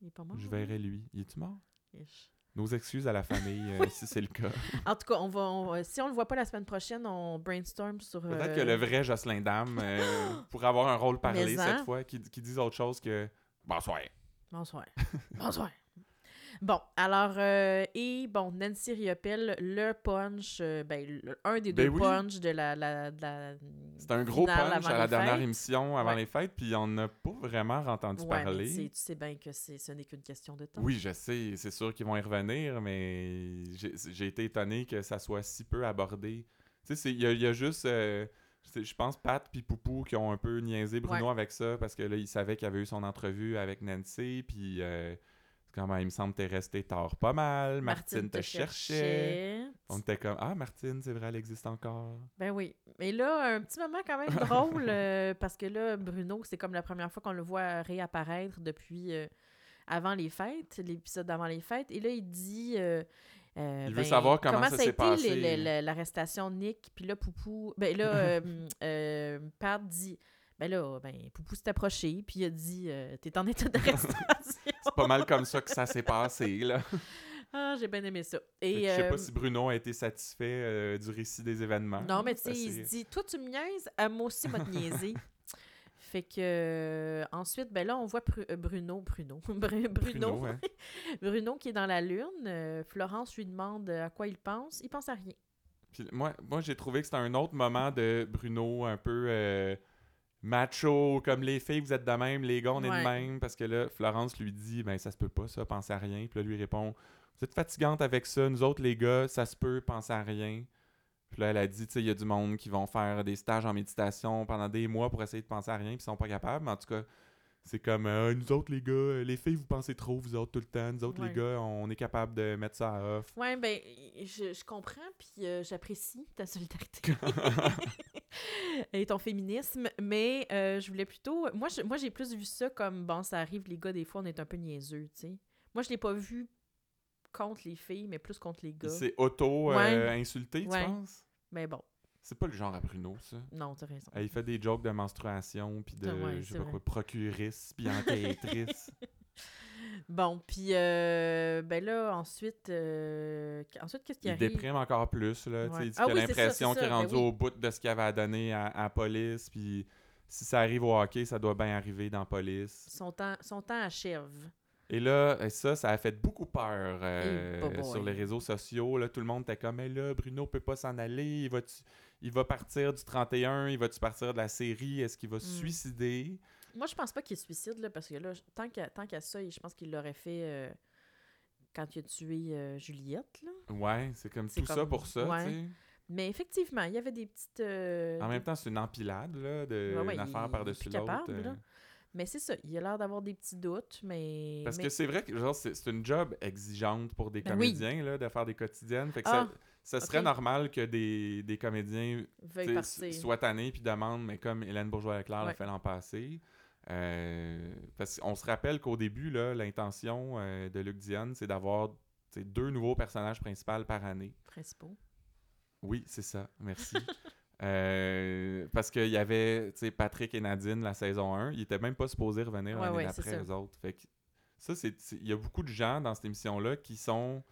Speaker 2: Il est pas mort.
Speaker 1: Je
Speaker 2: hein?
Speaker 1: verrai lui. Il est-tu mort
Speaker 2: Ish.
Speaker 1: Nos excuses à la famille, euh, si c'est le cas.
Speaker 2: En tout cas, on va, on- si on le voit pas la semaine prochaine, on brainstorm sur.
Speaker 1: Peut-être
Speaker 2: euh,
Speaker 1: que le vrai Jocelyn Dame euh,
Speaker 2: (laughs)
Speaker 1: pourrait avoir un rôle parlé
Speaker 2: Mais hein.
Speaker 1: cette fois, qui, qui dise autre chose que Bonsoir.
Speaker 2: Bonsoir. (laughs) Bonsoir. Bon, alors, euh, et bon, Nancy Riopelle, le punch, euh, ben, le- un des
Speaker 1: Ben
Speaker 2: deux
Speaker 1: oui.
Speaker 2: punchs de la. la, de la
Speaker 1: C'était un gros
Speaker 2: finale
Speaker 1: punch
Speaker 2: avant
Speaker 1: à la
Speaker 2: les
Speaker 1: dernière
Speaker 2: fêtes.
Speaker 1: émission avant
Speaker 2: Ouais.
Speaker 1: les fêtes, puis on n'a pas vraiment entendu
Speaker 2: Ouais, mais
Speaker 1: parler.
Speaker 2: tu sais- tu sais bien que c'est- ce n'est qu'une question de temps.
Speaker 1: Oui, je sais, c'est sûr qu'ils vont y revenir, mais j'ai j'ai été étonné que ça soit si peu abordé. Tu sais, c'est- il y, a- il y a juste, euh, c'est- je pense, Pat puis Poupou qui ont un peu niaisé Bruno avec ça, parce que là, ils savaient qu'il avait eu son entrevue avec Nancy, puis euh, quand même, il me semble que t'es resté tard pas mal, Martine, te, cherchait. On était comme, ah, Martine, c'est vrai, elle existe encore.
Speaker 2: Ben oui. Mais là, un petit moment quand même
Speaker 1: (laughs)
Speaker 2: drôle, euh, parce que là, Bruno, c'est comme la première fois qu'on le voit réapparaître depuis euh, avant les fêtes, l'épisode d'avant les fêtes. Et là, il dit. euh, euh,
Speaker 1: Il veut savoir comment ça
Speaker 2: a
Speaker 1: s'est
Speaker 2: été
Speaker 1: passé.
Speaker 2: le- le- le- l'arrestation de Nick. Puis là, Poupou. Ben
Speaker 1: (laughs)
Speaker 2: là, euh, euh, Pat dit. Ben là, ben, Poupou s'est approché, puis il a dit euh, T'es en
Speaker 1: (laughs)
Speaker 2: état d'arrestation.
Speaker 1: C'est pas mal comme ça que ça s'est passé, là.
Speaker 2: ah, j'ai bien aimé ça.
Speaker 1: Fait que
Speaker 2: Et,
Speaker 1: je sais
Speaker 2: euh,
Speaker 1: pas si Bruno a été satisfait euh, du récit des événements.
Speaker 2: Non, mais tu sais,
Speaker 1: Ça,
Speaker 2: il
Speaker 1: c'est-
Speaker 2: se dit, toi, tu me niaises, à moi aussi, m'a te niaiser. Fait que, euh, ensuite, ben là, on voit Pru- euh, Bruno, Bruno, (laughs) Bru- Bruno,
Speaker 1: Bruno, hein.
Speaker 2: (laughs) Bruno qui est dans la lune. Euh, Florence lui demande euh, à quoi il pense. Il pense à rien.
Speaker 1: Puis moi, moi j'ai trouvé que c'était un autre moment de Bruno un peu euh, macho, comme les filles, vous êtes de même, les gars, on est
Speaker 2: Ouais.
Speaker 1: de même. Parce que là, Florence lui dit, ben ça se peut pas, ça, pense à rien. Puis là, lui répond, vous êtes fatigante avec ça, nous autres, les gars, ça se peut, pense à rien. Puis là, elle a dit, tu sais, il y a du monde qui vont faire des stages en méditation pendant des mois pour essayer de penser à rien, puis ils sont pas capables. Mais en tout cas, c'est comme, euh, nous autres, les gars, euh, les filles, vous pensez trop, vous autres, tout le temps. Nous autres,
Speaker 2: Ouais.
Speaker 1: les gars, on est capable de mettre ça à off.
Speaker 2: Ouais, ben, je, je comprends, puis euh, j'apprécie ta solidarité (laughs) et ton féminisme, mais euh, je voulais plutôt. Moi, je- moi, j'ai plus vu ça comme, bon, ça arrive, les gars, des fois, on est un peu niaiseux, tu sais. Moi, je l'ai pas vu contre les filles, mais plus contre les gars.
Speaker 1: C'est auto-insulté, tu
Speaker 2: Ouais.
Speaker 1: penses?
Speaker 2: Mais bon,
Speaker 1: C'est pas le genre à Bruno, ça.
Speaker 2: non, t'as raison.
Speaker 1: Euh, Il fait des jokes de menstruation, puis de,
Speaker 2: Ah ouais,
Speaker 1: je
Speaker 2: c'est
Speaker 1: sais pas
Speaker 2: vrai.
Speaker 1: quoi, procuriste, puis enquêtrice.
Speaker 2: Bon, puis euh, ben là, ensuite, euh, qu- ensuite qu'est-ce (laughs) qui
Speaker 1: il
Speaker 2: arrive?
Speaker 1: déprime encore plus, là. tu sais,
Speaker 2: Ouais.
Speaker 1: Il dit
Speaker 2: Ah
Speaker 1: qu'il
Speaker 2: oui,
Speaker 1: a
Speaker 2: c'est ça,
Speaker 1: l'impression
Speaker 2: c'est
Speaker 1: qu'il est
Speaker 2: ça, ben
Speaker 1: rendu
Speaker 2: oui.
Speaker 1: au bout de ce qu'il avait à donner à, à police, puis si ça arrive au hockey, ça doit bien arriver dans police.
Speaker 2: Son temps, son temps achève.
Speaker 1: Et là, euh, ça, ça a fait beaucoup peur euh,
Speaker 2: Eh, boy.
Speaker 1: sur les réseaux sociaux. Là, tout le monde était comme, mais là, Bruno peut pas s'en aller, il va, il va partir du 31, il va-tu partir de la série, est-ce qu'il va se
Speaker 2: Mm.
Speaker 1: suicider?
Speaker 2: Moi, je pense pas qu'il se suicide, là, parce que là, je- tant qu'à tant qu'à ça, il- je pense qu'il l'aurait fait euh, quand il a tué euh, Juliette, là.
Speaker 1: Ouais, c'est comme
Speaker 2: C'est
Speaker 1: tout ça
Speaker 2: comme-
Speaker 1: pour ça,
Speaker 2: ouais.
Speaker 1: tu sais.
Speaker 2: Mais effectivement, il y avait des petites... euh,
Speaker 1: En
Speaker 2: des-
Speaker 1: même temps, c'est une empilade, là, de,
Speaker 2: Ouais, ouais,
Speaker 1: une
Speaker 2: il- il
Speaker 1: affaire
Speaker 2: est
Speaker 1: par-dessus
Speaker 2: plus
Speaker 1: l'autre.
Speaker 2: capable,
Speaker 1: euh,
Speaker 2: là. Mais c'est ça, il a l'air d'avoir des petits doutes, mais...
Speaker 1: Parce
Speaker 2: mais-
Speaker 1: que c'est vrai que genre, c'est c'est une job exigeante pour des
Speaker 2: Ben oui.
Speaker 1: comédiens, là, de faire des quotidiennes. Fait que
Speaker 2: Ah,
Speaker 1: ça, ça
Speaker 2: ok.
Speaker 1: serait normal que des, des comédiens
Speaker 2: veuille
Speaker 1: t'sais,
Speaker 2: partir.
Speaker 1: soient tannés puis demandent, mais comme Hélène Bourgeois-Leclerc
Speaker 2: Ouais.
Speaker 1: l'a fait l'an passé. euh, parce qu'on se rappelle qu'au début, là, l'intention euh, de Luc Diane, c'est d'avoir t'sais, deux nouveaux personnages principaux par année.
Speaker 2: Principaux.
Speaker 1: Oui, c'est ça. Merci. (laughs) Euh, parce qu'il y avait tu sais, Patrick et Nadine la saison 1. Ils n'étaient même pas supposés revenir
Speaker 2: Ouais,
Speaker 1: l'année
Speaker 2: ouais, c'est
Speaker 1: d'après,
Speaker 2: ça.
Speaker 1: eux autres. Fait que ça, c'est... c'est- Il y a beaucoup de gens dans cette émission-là qui sont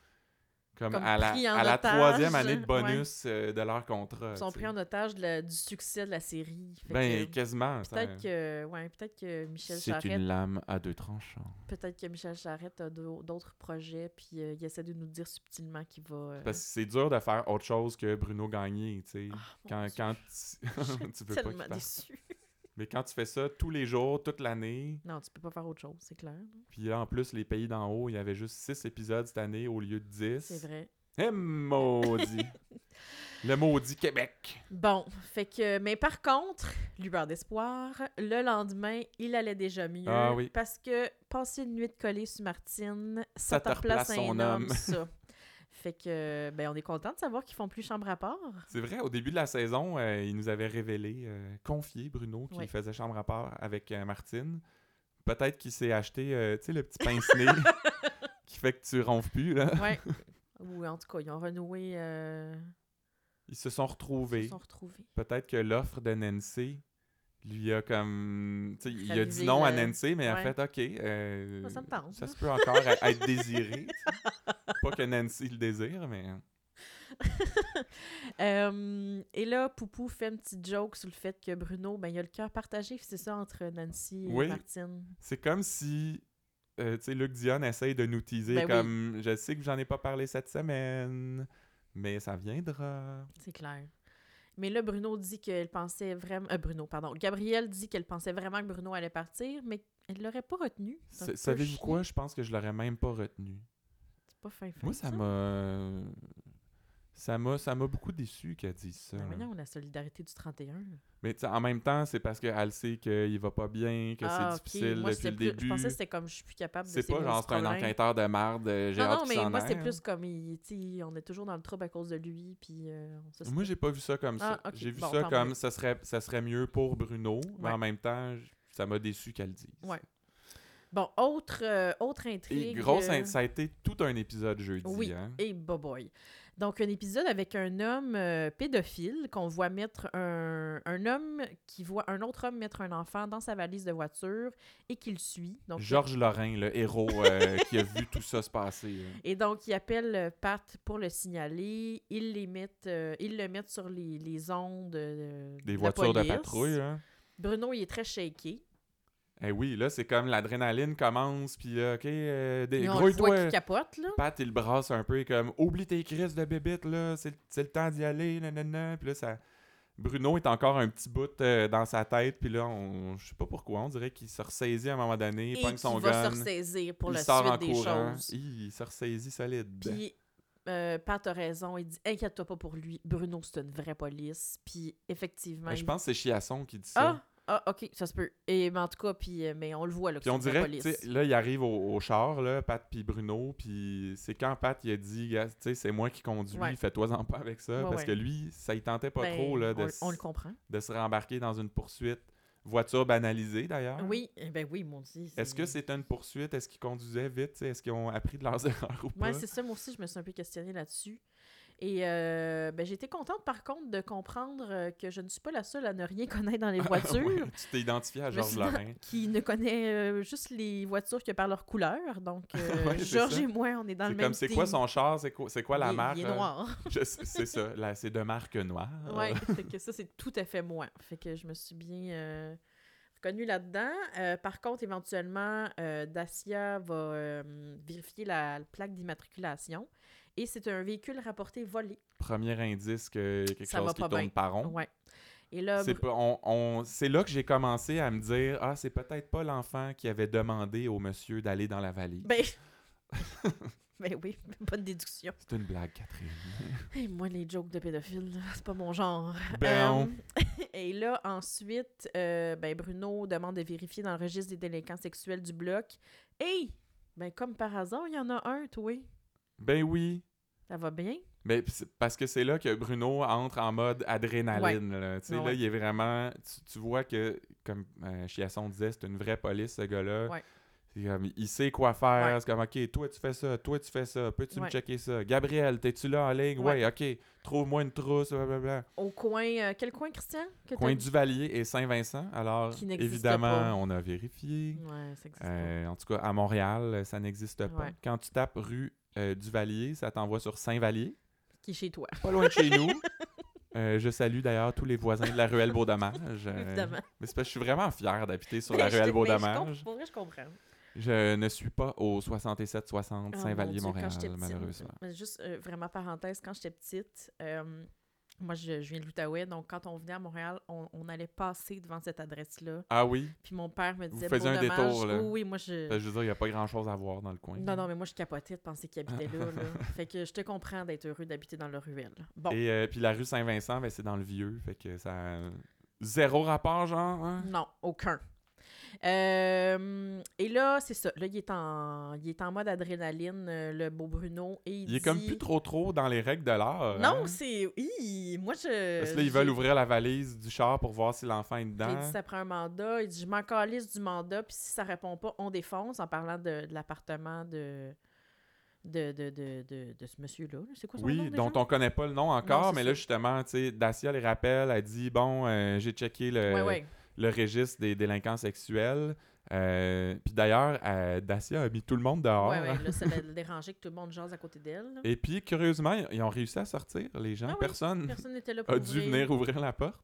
Speaker 1: comme,
Speaker 2: Comme
Speaker 1: à la,
Speaker 2: pris en
Speaker 1: à la
Speaker 2: otage,
Speaker 1: troisième année de
Speaker 2: ouais.
Speaker 1: bonus euh, de leur contrat.
Speaker 2: Ils sont
Speaker 1: tu sais.
Speaker 2: pris en otage de la- du succès de la série. Fait
Speaker 1: Ben,
Speaker 2: que-
Speaker 1: quasiment. ça.
Speaker 2: Peut-être que, ouais, peut-être que Michel
Speaker 1: C'est
Speaker 2: Charette
Speaker 1: une lame à deux tranchants.
Speaker 2: Peut-être que Michel Charette a d'au- d'autres projets, puis euh, il essaie de nous dire subtilement qu'il va. euh,
Speaker 1: Parce que c'est dur de faire autre chose que Bruno Gagné, tu sais.
Speaker 2: Ah, mon
Speaker 1: quand
Speaker 2: Dieu,
Speaker 1: quand
Speaker 2: je
Speaker 1: tu- (laughs)
Speaker 2: suis
Speaker 1: tu veux pas qu'il
Speaker 2: tellement
Speaker 1: parte.
Speaker 2: déçue.
Speaker 1: Mais quand tu fais ça tous les jours, toute l'année,
Speaker 2: Non, tu peux pas faire autre chose, c'est clair.
Speaker 1: Puis là, en plus, les pays d'en haut, il y avait juste 6 épisodes cette année au lieu de 10.
Speaker 2: C'est vrai.
Speaker 1: Eh,
Speaker 2: (laughs)
Speaker 1: maudit! le maudit Québec!
Speaker 2: Bon, fait que. Mais par contre, lueur d'espoir, le lendemain, il allait déjà mieux.
Speaker 1: Ah oui.
Speaker 2: Parce que passer une nuit de collée sur Martine, ça,
Speaker 1: Ça te replace
Speaker 2: un
Speaker 1: son
Speaker 2: homme,
Speaker 1: homme.
Speaker 2: ça. Fait que, ben, on est content de savoir qu'ils font plus chambre à part.
Speaker 1: (laughs) C'est vrai, au début de la saison, euh, il nous avait révélé, euh, confié Bruno, qu'il
Speaker 2: Ouais.
Speaker 1: faisait chambre à part avec euh, Martine. Peut-être qu'il s'est acheté, euh, tu sais, le petit pince-nez
Speaker 2: (laughs)
Speaker 1: qui fait que tu ronfles plus, là.
Speaker 2: Ouais. Ou en tout cas, ils ont renoué. euh,
Speaker 1: Ils se sont
Speaker 2: ils
Speaker 1: retrouvés.
Speaker 2: se sont retrouvés.
Speaker 1: Peut-être que l'offre de Nancy lui a comme... tu sais, il a
Speaker 2: Réalisé
Speaker 1: dit non à
Speaker 2: le-
Speaker 1: Nancy, mais en
Speaker 2: Ouais.
Speaker 1: fait, OK, euh,
Speaker 2: Ah, Ça me tente.
Speaker 1: ça se peut encore à- être désiré. tu sais. Pas que Nancy le désire, mais...
Speaker 2: Euh, et là, Poupou fait une petite joke sur le fait que Bruno, ben, il a le cœur partagé, puis c'est ça entre Nancy et
Speaker 1: Oui.
Speaker 2: Martine.
Speaker 1: C'est comme si, euh, tu sais, Luc Dion essaye de nous teaser
Speaker 2: Ben oui.
Speaker 1: comme Je sais que j'en ai pas parlé cette semaine, mais ça viendra.
Speaker 2: C'est clair. Mais là, Bruno dit qu'elle pensait vraiment. euh, Bruno, pardon. Gabrielle dit qu'elle pensait vraiment que Bruno allait partir, mais elle l'aurait pas retenu. C'est un
Speaker 1: C'est-
Speaker 2: peu
Speaker 1: Savez-vous
Speaker 2: chiant.
Speaker 1: quoi? Je pense que je l'aurais même pas retenu.
Speaker 2: C'est pas fin, fin,
Speaker 1: Moi, ça m'a. Ça m'a, ça m'a beaucoup déçu qu'elle dise ça.
Speaker 2: Ben
Speaker 1: là.
Speaker 2: voyons, la solidarité du 31.
Speaker 1: Mais tu sais, en même temps, c'est parce qu'elle sait qu'il va pas bien, que
Speaker 2: Ah,
Speaker 1: c'est
Speaker 2: ok.
Speaker 1: difficile
Speaker 2: Moi,
Speaker 1: depuis
Speaker 2: c'était
Speaker 1: le
Speaker 2: plus-
Speaker 1: début.
Speaker 2: Je pensais que c'était comme je suis plus capable de
Speaker 1: c'est
Speaker 2: ces
Speaker 1: pas
Speaker 2: maudits
Speaker 1: genre c'est un
Speaker 2: problèmes.
Speaker 1: enquêteur de merde, euh, j'ai
Speaker 2: Non,
Speaker 1: hâte
Speaker 2: non,
Speaker 1: qu'il
Speaker 2: mais
Speaker 1: s'en
Speaker 2: moi,
Speaker 1: aille,
Speaker 2: c'est
Speaker 1: hein.
Speaker 2: plus comme il, tu sais, on est toujours dans le trouble à cause de lui, puis euh, on se
Speaker 1: Moi, j'ai pas vu ça comme ça.
Speaker 2: Ah, ok.
Speaker 1: J'ai vu
Speaker 2: Bon,
Speaker 1: ça
Speaker 2: tant
Speaker 1: comme
Speaker 2: mieux.
Speaker 1: ça serait, ça serait mieux pour Bruno, mais en même temps, j- ça m'a déçu qu'elle le dise.
Speaker 2: Ouais. Bon, autre, euh, autre
Speaker 1: Et
Speaker 2: intrigue.
Speaker 1: grosse,
Speaker 2: euh,
Speaker 1: in- ça a été tout un épisode jeudi.
Speaker 2: Oui.
Speaker 1: hein.
Speaker 2: Et boboy. Donc, un épisode avec un homme euh, pédophile qu'on voit mettre un, un homme qui voit un autre homme mettre un enfant dans sa valise de voiture et qui le suit. Donc,
Speaker 1: Georges Lorrain, le héros
Speaker 2: (laughs)
Speaker 1: euh, qui a vu tout ça se passer. hein. là.
Speaker 2: Et donc, ils appellent euh, Pat pour le signaler. Ils, les mettent, euh, ils le mettent sur les, les ondes euh,
Speaker 1: Des
Speaker 2: de
Speaker 1: voitures
Speaker 2: la
Speaker 1: de
Speaker 2: police.
Speaker 1: patrouille. hein.
Speaker 2: Bruno, il est très shaky.
Speaker 1: Eh oui, là, c'est comme l'adrénaline commence, puis là, OK, euh, des-
Speaker 2: Mais on le voit
Speaker 1: grouille-toi.
Speaker 2: qu'il capote, là.
Speaker 1: Pat, il le brasse un peu, il est comme, oublie tes crises de bébite, là, c'est c'est le temps d'y aller, nanana. Puis là, ça... Bruno est encore un petit bout euh, dans sa tête, puis là, on... je sais pas pourquoi, on dirait qu'il se ressaisit à un moment donné, il
Speaker 2: et
Speaker 1: pogne son
Speaker 2: qu'il va
Speaker 1: gun,
Speaker 2: se ressaisir pour
Speaker 1: il
Speaker 2: la
Speaker 1: sort
Speaker 2: suite
Speaker 1: en
Speaker 2: des
Speaker 1: courant.
Speaker 2: choses.
Speaker 1: Hi, il se ressaisit solide.
Speaker 2: Puis,
Speaker 1: Ben.
Speaker 2: euh, Pat a raison. Il dit Inquiète-toi pas pour lui. Bruno, c'est une vraie police. Puis, effectivement.
Speaker 1: Ben, je
Speaker 2: il-
Speaker 1: pense que c'est Chiasson qui dit ça.
Speaker 2: Ah, ah, ok, ça se peut. Et, mais en tout cas, puis, euh, mais on le voit, là, que
Speaker 1: Puis
Speaker 2: c'est
Speaker 1: on
Speaker 2: une vraie
Speaker 1: dirait, que,
Speaker 2: police.
Speaker 1: tu sais, là, il arrive au, au char, là, Pat puis Bruno, puis c'est quand Pat, il a dit, Gars, tu sais, c'est moi qui conduis,
Speaker 2: Ouais.
Speaker 1: fais-toi-en pas avec ça,
Speaker 2: Ouais,
Speaker 1: parce
Speaker 2: ouais.
Speaker 1: que lui, ça y tentait pas
Speaker 2: Ben,
Speaker 1: trop, là, de,
Speaker 2: on-
Speaker 1: s-
Speaker 2: on le comprend.
Speaker 1: de se rembarquer dans une poursuite. Voiture banalisée, d'ailleurs.
Speaker 2: Oui, eh ben oui, mon Dieu.
Speaker 1: Est-ce que c'était une poursuite? Est-ce qu'ils conduisaient vite? tu sais? Est-ce qu'ils ont appris de leurs (laughs) erreurs ou pas?
Speaker 2: Ouais, c'est ça, moi aussi, je me suis un peu questionnée là-dessus. Et euh, ben, j'étais contente, par contre, de comprendre euh, que je ne suis pas la seule à ne rien (laughs) connaître dans les voitures,
Speaker 1: Ah, Ouais, tu t'es identifié à
Speaker 2: Je me
Speaker 1: Georges
Speaker 2: suis (laughs)
Speaker 1: Lorrain.
Speaker 2: qui ne connaît euh, juste les voitures que par leur
Speaker 1: (laughs)
Speaker 2: couleur. Donc, euh,
Speaker 1: Ouais, c'est
Speaker 2: Georges
Speaker 1: ça.
Speaker 2: et moi, on est dans le
Speaker 1: C'est
Speaker 2: même
Speaker 1: comme, c'est quoi
Speaker 2: team.
Speaker 1: son char? C'est quoi, c'est quoi la
Speaker 2: Il est-
Speaker 1: marque?
Speaker 2: Il est
Speaker 1: là?
Speaker 2: noir.
Speaker 1: (laughs)
Speaker 2: hein.
Speaker 1: Je sais- c'est ça, là, c'est de marque noire.
Speaker 2: Ah, Ouais, fait que ça, c'est tout à fait moi. Fait que je me suis bien euh, reconnue là-dedans. Euh, par contre, éventuellement, euh, Dacia va euh, vérifier la, la plaque d'immatriculation. Et c'est un véhicule rapporté volé.
Speaker 1: (laughs) Premier indice que quelque
Speaker 2: Ça
Speaker 1: chose
Speaker 2: va
Speaker 1: qui
Speaker 2: pas
Speaker 1: tourne
Speaker 2: bien.
Speaker 1: par rond.
Speaker 2: Ouais. Et là,
Speaker 1: C'est
Speaker 2: Bru-
Speaker 1: pas- on- on- c'est là que j'ai commencé à me dire Ah, c'est peut-être pas l'enfant qui avait demandé au monsieur d'aller dans la vallée.
Speaker 2: ben... (laughs) ben oui, (laughs) bonne déduction.
Speaker 1: C'est une blague, Catherine.
Speaker 2: (laughs) Et moi, les jokes de pédophiles, là, c'est pas mon genre.
Speaker 1: Ben,
Speaker 2: Euh, (laughs) et là, ensuite, euh, ben Bruno demande de vérifier dans le registre des délinquants sexuels du bloc. Et, ben comme par hasard, il y en a un, toi.
Speaker 1: ben oui.
Speaker 2: Ça va bien?
Speaker 1: Ben, pis c'est- parce que c'est là que Bruno entre en mode adrénaline. Là, Tu sais,
Speaker 2: Ouais,
Speaker 1: là,
Speaker 2: ouais.
Speaker 1: il est vraiment. Tu, tu vois que, comme euh, Chiasson disait, c'est une vraie police, ce gars-là.
Speaker 2: Ouais.
Speaker 1: C'est comme, il sait quoi faire.
Speaker 2: Ouais.
Speaker 1: C'est comme, OK, toi, tu fais ça. Toi, tu fais ça. Peux-tu me
Speaker 2: Ouais.
Speaker 1: checker ça? Gabriel, t'es-tu là en ligne? Ouais,
Speaker 2: Ouais.
Speaker 1: OK. Trouve-moi une trousse, blablabla.
Speaker 2: Au coin. euh, quel coin, Christian? Que t'as
Speaker 1: Coin
Speaker 2: dit?
Speaker 1: Duvalier et Saint-Vincent. Alors,
Speaker 2: Qui n'existe
Speaker 1: évidemment,
Speaker 2: pas.
Speaker 1: on a vérifié.
Speaker 2: Ouais, ça existe.
Speaker 1: Euh, en tout cas, à Montréal, euh, ça n'existe pas.
Speaker 2: Ouais.
Speaker 1: Quand tu tapes rue euh, Duvalier, ça t'envoie sur Saint-Vallier,
Speaker 2: pas. Qui est chez toi,
Speaker 1: pas loin de chez nous. (laughs) Euh, je salue d'ailleurs tous les voisins de la ruelle Beaudommage. euh,
Speaker 2: évidemment.
Speaker 1: mais c'est parce que je suis vraiment fier d'habiter sur la
Speaker 2: Je-
Speaker 1: ruelle
Speaker 2: (laughs) mais je
Speaker 1: Beaudommage.
Speaker 2: comp- Pour vrai, je comprends.
Speaker 1: Je ne suis pas au 67-60
Speaker 2: Ah, mon
Speaker 1: Saint-Vallier,
Speaker 2: Dieu,
Speaker 1: Montréal,
Speaker 2: quand j'étais petite,
Speaker 1: malheureusement.
Speaker 2: mais Juste euh, vraiment parenthèse, quand j'étais petite, euh, moi je, je viens de l'Outaouais, donc quand on venait à Montréal, on, on allait passer devant cette adresse-là.
Speaker 1: Ah oui?
Speaker 2: Puis mon père me disait
Speaker 1: faisiez un
Speaker 2: Beaudommage.
Speaker 1: détour, là.
Speaker 2: Oui, oui, moi je.
Speaker 1: Parce que Je veux dire, il n'y a pas grand-chose à voir dans le coin.
Speaker 2: Non, non, mais moi je capotais de penser qu'il habitait
Speaker 1: (laughs)
Speaker 2: là, là. Fait que je te comprends d'être heureux d'habiter dans la ruelle. Bon.
Speaker 1: Et euh, puis la rue Saint-Vincent, ben, c'est dans le vieux, fait que ça... Zéro rapport, genre, hein?
Speaker 2: Non, aucun. Euh, et là, c'est ça. Là, il est en, il est en mode adrénaline, euh, le beau Bruno. Et il,
Speaker 1: Il est comme
Speaker 2: dit-
Speaker 1: plus trop trop dans les règles de l'art.
Speaker 2: Non,
Speaker 1: hein?
Speaker 2: c'est. Hi, moi, je.
Speaker 1: Parce que là, ils
Speaker 2: j'ai-
Speaker 1: veulent ouvrir la valise du char pour voir si l'enfant est
Speaker 2: J'ai
Speaker 1: dedans.
Speaker 2: dit ça prend un mandat. Il dit Je m'en calisse du mandat, puis si ça répond pas, on défonce en parlant de, de l'appartement de. De, de, de, de, de ce monsieur-là. là. C'est quoi son nom
Speaker 1: Oui,
Speaker 2: déjà?
Speaker 1: dont on connaît pas le nom encore,
Speaker 2: c'est
Speaker 1: mais
Speaker 2: ça.
Speaker 1: là, justement, tu sais, Dacia les rappelle, elle dit Bon, euh, j'ai checké le,
Speaker 2: Ouais, ouais.
Speaker 1: le registre des délinquants sexuels. Euh, Puis d'ailleurs, euh, Dacia a mis tout le monde dehors.
Speaker 2: Ouais, ouais, là, ça l'a dérangé que tout le monde jase à côté d'elle. là.
Speaker 1: Et puis, curieusement, ils- ils ont réussi à sortir, les gens.
Speaker 2: Ah oui,
Speaker 1: Personne
Speaker 2: Personne n'était là pour
Speaker 1: a dû
Speaker 2: ouvrir.
Speaker 1: venir ouvrir la porte.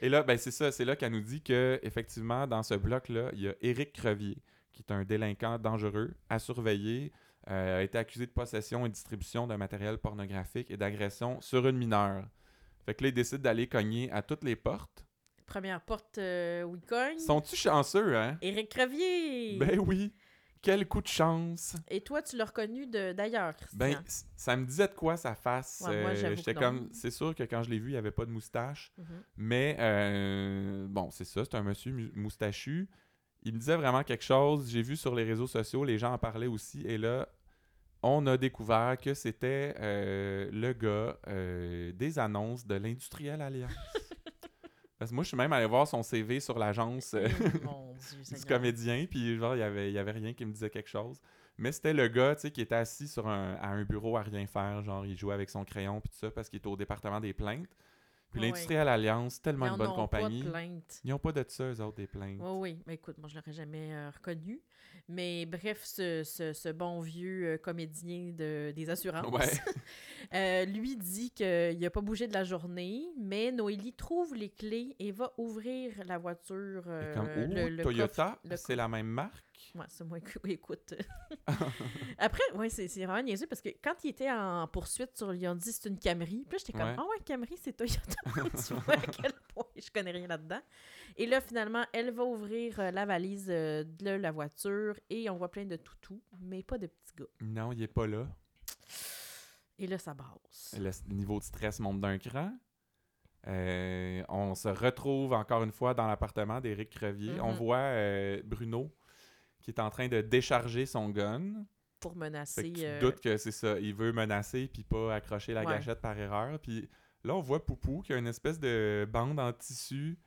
Speaker 1: Et là, ben, c'est ça, c'est là qu'elle nous dit que effectivement, dans ce bloc-là, il y a Éric Crevier, qui est un délinquant dangereux à surveiller, euh, a été accusé de possession et distribution de matériel pornographique et d'agression sur une mineure. Fait que là, ils décident d'aller cogner à toutes les portes.
Speaker 2: Première porte euh, où il cogne.
Speaker 1: Sont-tu chanceux, hein?
Speaker 2: Éric Crevier!
Speaker 1: Ben oui! Quel coup de chance!
Speaker 2: Et toi, tu l'as reconnu de- d'ailleurs, Christian.
Speaker 1: Ben, c- ça me disait de quoi sa face.
Speaker 2: Ouais, moi,
Speaker 1: euh,
Speaker 2: j'avoue
Speaker 1: J'étais
Speaker 2: que non.
Speaker 1: comme, c'est sûr que quand je l'ai vu, il avait pas de moustache.
Speaker 2: Mhm.
Speaker 1: Mais euh, bon, c'est ça, c'est un monsieur mu- moustachu. Il me disait vraiment quelque chose. J'ai vu sur les réseaux sociaux, les gens en parlaient aussi. Et là, on a découvert que c'était euh, le gars euh, des annonces de l'industriel Alliance. Parce que moi, je suis même allé voir son CV sur l'agence euh,
Speaker 2: Eh,
Speaker 1: (laughs)
Speaker 2: Mon Dieu,
Speaker 1: du
Speaker 2: Seigneur.
Speaker 1: comédien, puis genre, il y avait, il y avait rien qui me disait quelque chose. Mais c'était le gars, tu sais, qui était assis sur un, à un bureau à rien faire, genre, il jouait avec son crayon, puis tout ça, parce qu'il était au département des plaintes. Puis
Speaker 2: Ouais,
Speaker 1: l'industriel Alliance,
Speaker 2: Ils
Speaker 1: tellement
Speaker 2: en
Speaker 1: une bonne
Speaker 2: ont
Speaker 1: compagnie.
Speaker 2: Pas de plainte.
Speaker 1: Ils n'ont pas de ça, eux autres, des plaintes.
Speaker 2: Oui, oui. Mais écoute, moi, je l'aurais jamais euh, reconnu. Mais bref, ce, ce- ce bon vieux euh, comédien de, des assurances,
Speaker 1: Ouais.
Speaker 2: (laughs) euh, lui dit qu'il n'a pas bougé de la journée, mais Noélie trouve les clés et va ouvrir la voiture.
Speaker 1: Et
Speaker 2: euh,
Speaker 1: comme, oh,
Speaker 2: le, le coffre.
Speaker 1: Toyota,
Speaker 2: le
Speaker 1: c'est la même marque.
Speaker 2: Ouais, c'est moi qui (laughs) écoute. Après, ouais, c'est c'est vraiment niaiseux parce que quand il était en poursuite sur lui, on dit c'est une Camry. Puis là, j'étais comme,
Speaker 1: Ouais.
Speaker 2: ah ouais, Camry, c'est Toyota. (laughs) tu vois à quel point je connais rien là-dedans. Et là, finalement, elle va ouvrir euh, la valise euh, de la voiture et on voit plein de toutous, mais pas de petits gars.
Speaker 1: Non, il est pas là.
Speaker 2: Et là, ça brasse.
Speaker 1: Le s- niveau de stress monte d'un cran. Euh, on se retrouve encore une fois dans l'appartement d'Éric Crevier. On
Speaker 2: Mhm.
Speaker 1: voit euh, Bruno qui est en train de décharger son gun.
Speaker 2: Pour
Speaker 1: Fait
Speaker 2: menacer.
Speaker 1: que tu te
Speaker 2: euh,
Speaker 1: doutes que c'est ça. Il veut menacer puis pas accrocher la
Speaker 2: Ouais.
Speaker 1: gâchette par erreur. Puis là, on voit Poupou qui a une espèce de bande en tissu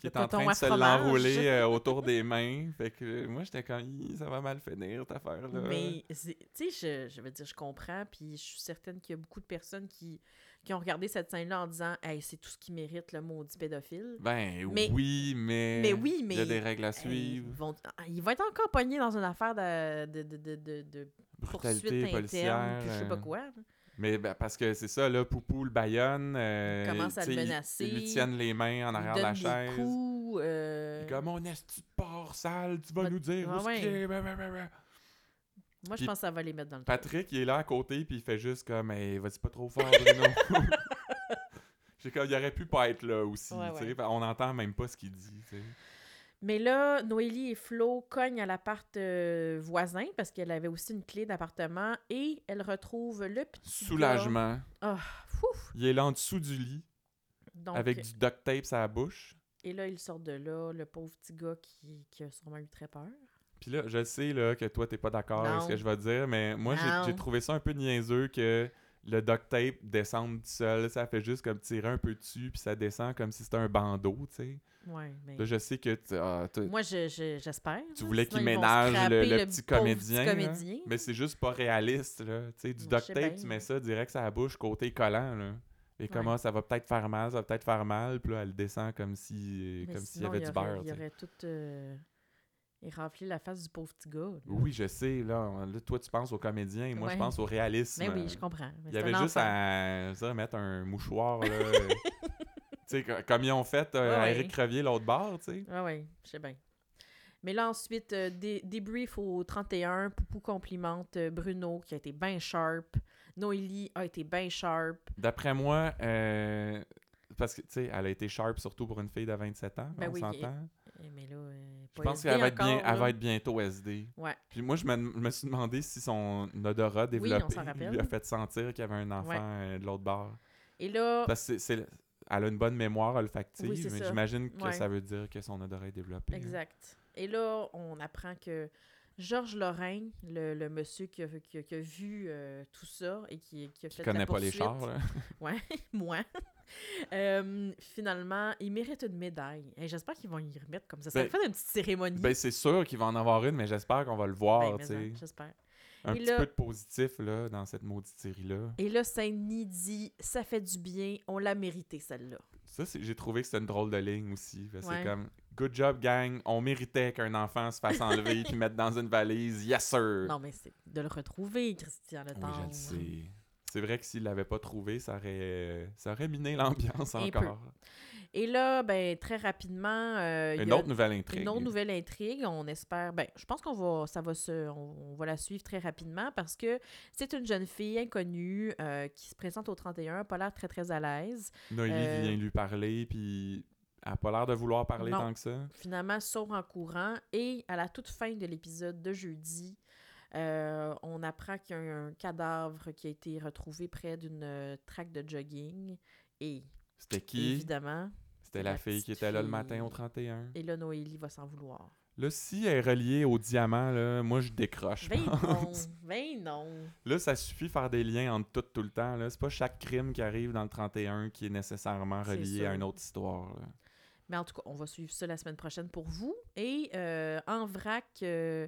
Speaker 1: qui
Speaker 2: Le
Speaker 1: est en
Speaker 2: coton
Speaker 1: train
Speaker 2: à
Speaker 1: de se
Speaker 2: fromage.
Speaker 1: l'enrouler euh, autour des mains. Fait que euh, moi, j'étais comme, Ih, ça va mal finir, cette affaire-là.
Speaker 2: Mais, c'est- tu sais, je, je veux dire, je comprends, puis je suis certaine qu'il y a beaucoup de personnes qui, qui ont regardé cette scène-là en disant « Hey, c'est tout ce qui mérite, le maudit pédophile.
Speaker 1: Ben
Speaker 2: Mais-
Speaker 1: oui, mais.
Speaker 2: mais oui,
Speaker 1: Euh, Il y a
Speaker 2: mais- euh,
Speaker 1: des règles à »
Speaker 2: Hey,
Speaker 1: suivre.
Speaker 2: ils vont- ah, Il va être encore pogné dans une affaire de, de, de, de, de- de poursuite
Speaker 1: Brutalité policière.
Speaker 2: interne, puis je sais pas
Speaker 1: euh,
Speaker 2: quoi. là.
Speaker 1: Mais ben, parce que c'est ça, là, Poupou le baïonne. euh,
Speaker 2: commence à
Speaker 1: tu sais,
Speaker 2: le
Speaker 1: il-
Speaker 2: menacer.
Speaker 1: Ils lui tiennent les mains en
Speaker 2: Il
Speaker 1: arrière de
Speaker 2: donne
Speaker 1: la
Speaker 2: des
Speaker 1: chaise.
Speaker 2: coups, euh,
Speaker 1: Il est Comme on est tu port sale, tu vas
Speaker 2: Va-
Speaker 1: nous dire
Speaker 2: Ah
Speaker 1: où ce
Speaker 2: ouais.
Speaker 1: qu'il est, ben, ben, ben, ben.
Speaker 2: Moi, je
Speaker 1: Puis-
Speaker 2: pense que ça va les mettre dans le tas.
Speaker 1: Patrick, il est là à côté, puis il fait juste comme, hey, vas-y pas trop fort, Bruno.
Speaker 2: (laughs)
Speaker 1: (laughs) J'ai comme, il aurait pu pas être là aussi.
Speaker 2: Ouais,
Speaker 1: tu sais.
Speaker 2: ouais.
Speaker 1: Fait- On n'entend même pas ce qu'il dit. tu sais.
Speaker 2: Mais là, Noélie et Flo cognent à l'appart euh, voisin parce qu'elle avait aussi une clé d'appartement et elle retrouve le petit gars.
Speaker 1: Soulagement.
Speaker 2: Fouf!
Speaker 1: Il est là en dessous du lit,
Speaker 2: Donc, euh,
Speaker 1: avec du duct tape sur la bouche.
Speaker 2: Et là, il sort de là, le pauvre petit gars qui, qui a sûrement eu très peur.
Speaker 1: Puis là, je sais là, que toi, t'es pas d'accord avec ce
Speaker 2: Non.
Speaker 1: que je vais dire, mais moi, j'ai-
Speaker 2: Non.
Speaker 1: j'ai trouvé ça un peu niaiseux que le duct tape descende tout seul. Ça fait juste comme tirer un peu dessus, puis ça descend comme si c'était un bandeau, tu sais.
Speaker 2: Ouais, mais...
Speaker 1: Là, je sais que tu- ah, t'as-
Speaker 2: Moi, je- je- j'espère.
Speaker 1: tu
Speaker 2: là,
Speaker 1: voulais
Speaker 2: sinon
Speaker 1: qu'il
Speaker 2: ils vont
Speaker 1: ménage le,
Speaker 2: scraper
Speaker 1: le petit
Speaker 2: pauvre
Speaker 1: comédien, là,
Speaker 2: comédien.
Speaker 1: mais c'est juste pas réaliste, là. Tu sais, du
Speaker 2: Je
Speaker 1: duct
Speaker 2: sais
Speaker 1: tape,
Speaker 2: bien.
Speaker 1: tu mets ça direct à la bouche, côté collant, là. Et comment ça va peut-être faire mal, ça va peut-être faire mal, puis là, elle descend comme si,
Speaker 2: Mais
Speaker 1: comme s'il y
Speaker 2: sinon,
Speaker 1: avait du
Speaker 2: il aurait-
Speaker 1: beurre.
Speaker 2: Il
Speaker 1: tu sais.
Speaker 2: aurait tout euh, éraflé la face du pauvre petit gars. là.
Speaker 1: Oui, je sais, là, Là, Toi, tu penses aux comédiens, et moi, je
Speaker 2: Ouais.
Speaker 1: pense au réalisme.
Speaker 2: Mais oui, je comprends.
Speaker 1: Il
Speaker 2: mais
Speaker 1: y
Speaker 2: c'est
Speaker 1: avait
Speaker 2: un
Speaker 1: juste
Speaker 2: enfant.
Speaker 1: à je veux dire, mettre un mouchoir,
Speaker 2: (laughs)
Speaker 1: là. euh, tu sais, co- comme ils ont fait euh,
Speaker 2: Ouais,
Speaker 1: à
Speaker 2: ouais.
Speaker 1: Eric Crevier l'autre bord, tu sais.
Speaker 2: Ah oui, je sais bien. Mais là, ensuite, euh, dé- débrief au 31, Poupou complimente euh, Bruno qui a été bien sharp. Noélie a été bien sharp.
Speaker 1: D'après moi, euh, parce que, tu sais, elle a été sharp surtout pour une fille de 27 ans,
Speaker 2: Ben
Speaker 1: on
Speaker 2: oui,
Speaker 1: s'entend.
Speaker 2: Eh, Mais là, euh,
Speaker 1: Je
Speaker 2: pas
Speaker 1: pense
Speaker 2: SD
Speaker 1: qu'elle va, être bien-
Speaker 2: encore,
Speaker 1: elle
Speaker 2: là.
Speaker 1: va être bientôt SD.
Speaker 2: Ouais.
Speaker 1: Puis moi, je me, je me suis demandé si son odorat développé
Speaker 2: s'en rappelle.
Speaker 1: lui a fait sentir qu'il y avait un enfant
Speaker 2: Ouais. Oh.
Speaker 1: euh, de l'autre bord.
Speaker 2: Et là,
Speaker 1: Parce que c'est- c'est- elle a une bonne mémoire olfactive,
Speaker 2: Oui, c'est
Speaker 1: mais
Speaker 2: ça.
Speaker 1: j'imagine que
Speaker 2: Ouais.
Speaker 1: ça veut dire que son odorat est développé. hein.
Speaker 2: exact. Et là, on apprend que Georges Lorrain, le, le monsieur qui a, qui a- qui a vu euh, tout ça et qui, qui a
Speaker 1: Tu
Speaker 2: fait
Speaker 1: connais
Speaker 2: la
Speaker 1: pas les
Speaker 2: poursuite,
Speaker 1: chars, là.
Speaker 2: moi, (laughs) euh, finalement, il mérite une médaille. Et j'espère qu'ils vont y remettre comme ça. Ça
Speaker 1: Ben-
Speaker 2: va faire une petite cérémonie.
Speaker 1: Ben, c'est sûr qu'il va en avoir une, mais j'espère qu'on va le
Speaker 2: Mhm. Ben,
Speaker 1: voir,
Speaker 2: mais
Speaker 1: tu
Speaker 2: non,
Speaker 1: sais.
Speaker 2: j'espère.
Speaker 1: Un
Speaker 2: Et
Speaker 1: petit
Speaker 2: là-
Speaker 1: peu de positif, là, dans cette maudite série-là.
Speaker 2: Et là, Saint-Denis dit Ça fait du bien, on l'a mérité celle-là.
Speaker 1: Ça, c'est- j'ai trouvé que c'était une drôle de ligne aussi. parce que
Speaker 2: Ouais.
Speaker 1: C'est comme Good job, gang. On méritait qu'un enfant se fasse
Speaker 2: (laughs)
Speaker 1: enlever puis mettre dans une valise. Yes, sir.
Speaker 2: Non, mais c'est de le retrouver, Christian Le
Speaker 1: oui,
Speaker 2: Tendre.
Speaker 1: je le sais. C'est vrai que s'il l'avait pas trouvé, ça aurait, ça aurait miné l'ambiance
Speaker 2: Un peu.
Speaker 1: encore.
Speaker 2: Et là, ben, très rapidement, euh, il y
Speaker 1: Une
Speaker 2: a
Speaker 1: autre nouvelle intrigue.
Speaker 2: une autre nouvelle intrigue. On espère. Ben, je pense qu'on va, ça va se, on, on va la suivre très rapidement parce que c'est une jeune fille inconnue euh, qui se présente au 31, pas l'air très très à l'aise.
Speaker 1: Noélie
Speaker 2: Euh,
Speaker 1: vient lui parler, puis elle a pas l'air de vouloir parler
Speaker 2: Non.
Speaker 1: tant que ça.
Speaker 2: Finalement, sauve en courant et à la toute fin de l'épisode de jeudi. euh, on apprend qu'il y a un cadavre qui a été retrouvé près d'une euh, track de jogging. Et
Speaker 1: C'était qui
Speaker 2: évidemment,
Speaker 1: C'était la,
Speaker 2: la
Speaker 1: fille qui
Speaker 2: petite
Speaker 1: était là le
Speaker 2: fille.
Speaker 1: matin au 31.
Speaker 2: et là, Noélie va s'en vouloir.
Speaker 1: Là, si elle est reliée au diamant, là, moi, je décroche.
Speaker 2: Ben non, ben non.
Speaker 1: (laughs) Là, ça suffit de faire des liens entre tout tout le temps. là. C'est pas chaque crime qui arrive dans le 31 qui est nécessairement
Speaker 2: C'est
Speaker 1: relié
Speaker 2: sûr.
Speaker 1: à une autre histoire. là.
Speaker 2: Mais en tout cas, on va suivre ça la semaine prochaine pour vous. Et euh, en vrac, euh,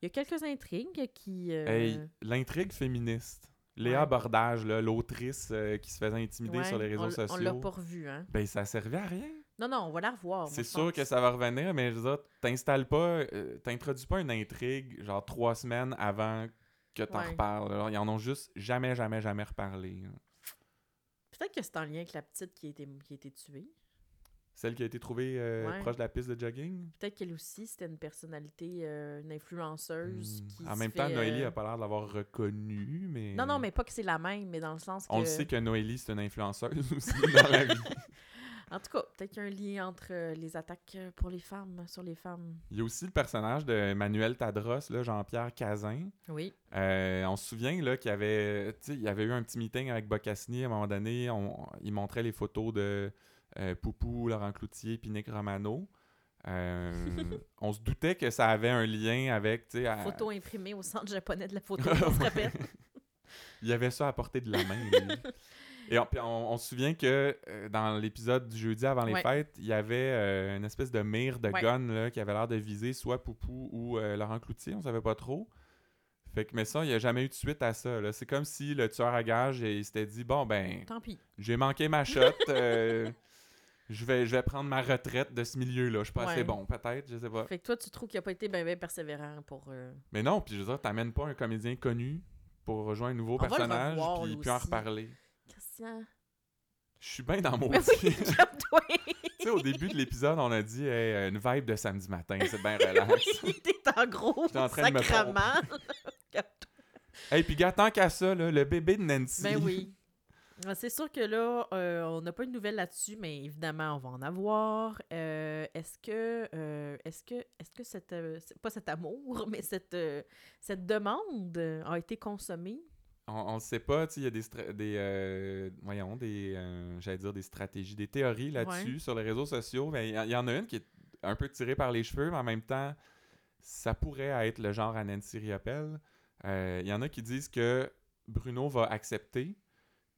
Speaker 2: il y a quelques intrigues qui. euh,
Speaker 1: Hey, l'intrigue féministe. Léa
Speaker 2: Ouais.
Speaker 1: Bordage, là, l'autrice euh, qui se faisait intimider
Speaker 2: ouais,
Speaker 1: sur les réseaux
Speaker 2: on, l- On l'a
Speaker 1: sociaux.
Speaker 2: pas revue, hein.
Speaker 1: Ben, ça servait à rien.
Speaker 2: Non, non, on va la revoir. moi,
Speaker 1: C'est
Speaker 2: je
Speaker 1: sûr
Speaker 2: pense.
Speaker 1: que ça va revenir, mais je veux dire, t'installes pas, euh, t'introduis pas une intrigue genre trois semaines avant que t'en
Speaker 2: Ouais.
Speaker 1: reparles. Alors, ils en ont juste jamais, jamais, jamais reparlé. là.
Speaker 2: Peut-être que c'est en lien avec la petite qui a été, qui a été tuée.
Speaker 1: Celle qui a été trouvée euh,
Speaker 2: Ouais.
Speaker 1: proche de la piste de jogging.
Speaker 2: Peut-être qu'elle aussi, c'était une personnalité, euh, une influenceuse.
Speaker 1: Hmm.
Speaker 2: Qui
Speaker 1: En
Speaker 2: se
Speaker 1: même
Speaker 2: fait,
Speaker 1: temps, Noélie
Speaker 2: euh,
Speaker 1: a pas l'air de l'avoir reconnue, mais...
Speaker 2: Non, non, mais pas que c'est la même, mais dans le sens que.
Speaker 1: On le sait que Noélie, c'est une influenceuse (laughs)
Speaker 2: (laughs)
Speaker 1: aussi dans la vie.
Speaker 2: En tout cas, peut-être qu'il y a un lien entre euh, les attaques euh, pour les femmes, sur les femmes.
Speaker 1: Il y a aussi le personnage de Manuel Tadros, là, Jean-Pierre Cazin.
Speaker 2: Oui.
Speaker 1: Euh, on se souvient là, qu'il y avait, tu sais, il y avait eu un petit meeting avec Bocassini à un moment donné. On, il montrait les photos de euh, Poupou, Laurent Cloutier, puis Nick Romano. Euh, on se doutait que ça avait un lien avec. tu sais, à-
Speaker 2: Photo imprimée au centre japonais de
Speaker 1: (laughs)
Speaker 2: la photo, on se rappelle.
Speaker 1: Il y avait ça à portée de la main.
Speaker 2: (laughs)
Speaker 1: lui. Et on, puis on- on se souvient que euh, dans l'épisode du jeudi avant les
Speaker 2: Ouais.
Speaker 1: fêtes, il y avait euh, une espèce de mire de
Speaker 2: Ouais.
Speaker 1: gun là, qui avait l'air de viser soit Poupou ou euh, Laurent Cloutier, on savait pas trop. Fait que, mais ça, il n'y a jamais eu de suite à ça. là. C'est comme si le tueur à gage, il il s'était dit Bon, ben,
Speaker 2: Tant pis.
Speaker 1: j'ai manqué ma
Speaker 2: (laughs)
Speaker 1: shot. euh, je, vais, je vais prendre ma retraite de ce milieu-là. Je suis pas
Speaker 2: Ouais.
Speaker 1: assez bon, peut-être, je sais pas.
Speaker 2: Fait que toi, tu trouves qu'il n'a pas été bien ben persévérant pour. euh,
Speaker 1: Mais non, puis je veux dire, t'amènes pas un comédien connu pour rejoindre un nouveau
Speaker 2: On va le
Speaker 1: personnage
Speaker 2: revoir,
Speaker 1: puis
Speaker 2: lui
Speaker 1: puis en
Speaker 2: aussi.
Speaker 1: reparler.
Speaker 2: Christian.
Speaker 1: Je suis bien dans mon
Speaker 2: Mais Ben oui,
Speaker 1: petit.
Speaker 2: (laughs) calme-toi.
Speaker 1: (laughs) Tu sais, au début de l'épisode, on a dit Hey, euh, une vibe de samedi matin, c'est
Speaker 2: (laughs)
Speaker 1: bien relax.
Speaker 2: Oui, t'es en gros
Speaker 1: J'étais en train de me
Speaker 2: sacrement.
Speaker 1: (laughs) Hey, puis gars, tant qu'à ça, là, le bébé de Nancy.
Speaker 2: Ben oui. Ah, C'est sûr que là, euh, on n'a pas une nouvelle là-dessus, mais évidemment, on va en avoir. Euh, est-ce que, euh, est-ce que, est-ce que cette, euh, c'est- pas cet amour, (laughs) mais cette, euh, cette demande a été consommée?
Speaker 1: (laughs) On, on le sait pas, tu sais, il y a des, stra- des euh, voyons, des, euh, j'allais dire des stratégies, des théories là-dessus sur les réseaux sociaux. Mais il y, il y en a une qui est un peu tirée par les cheveux, mais en même temps, ça pourrait être le genre à Nancy Riopelle. Euh, Il y en a qui disent que Bruno va accepter,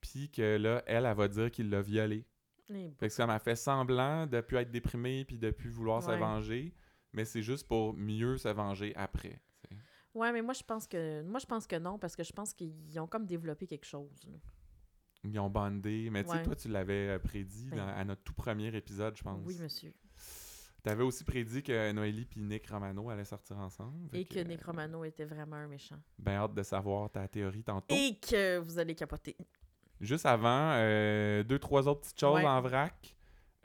Speaker 1: puis que là, elle, elle va dire qu'il l'a violée.
Speaker 2: Eh,
Speaker 1: Fait que ça m'a fait semblant de plus être déprimé puis de plus vouloir se
Speaker 2: Ouais.
Speaker 1: venger, mais c'est juste pour mieux se venger après. tu sais.
Speaker 2: Ouais, mais moi je pense que moi je pense que non, parce que je pense qu'ils ont comme développé quelque chose. là.
Speaker 1: Ils ont bandé, mais tu sais,
Speaker 2: Ouais.
Speaker 1: toi, tu l'avais euh, prédit
Speaker 2: Ben.
Speaker 1: dans- à notre tout premier épisode, je pense.
Speaker 2: Oui, monsieur.
Speaker 1: Tu avais aussi prédit que Noélie puis Nick Romano allaient sortir ensemble. fait
Speaker 2: Et que
Speaker 1: euh,
Speaker 2: Necromano était vraiment un méchant.
Speaker 1: Ben hâte de savoir ta théorie tantôt.
Speaker 2: Et que vous allez capoter.
Speaker 1: Juste avant, euh, deux, trois autres petites choses
Speaker 2: Ouais.
Speaker 1: en vrac.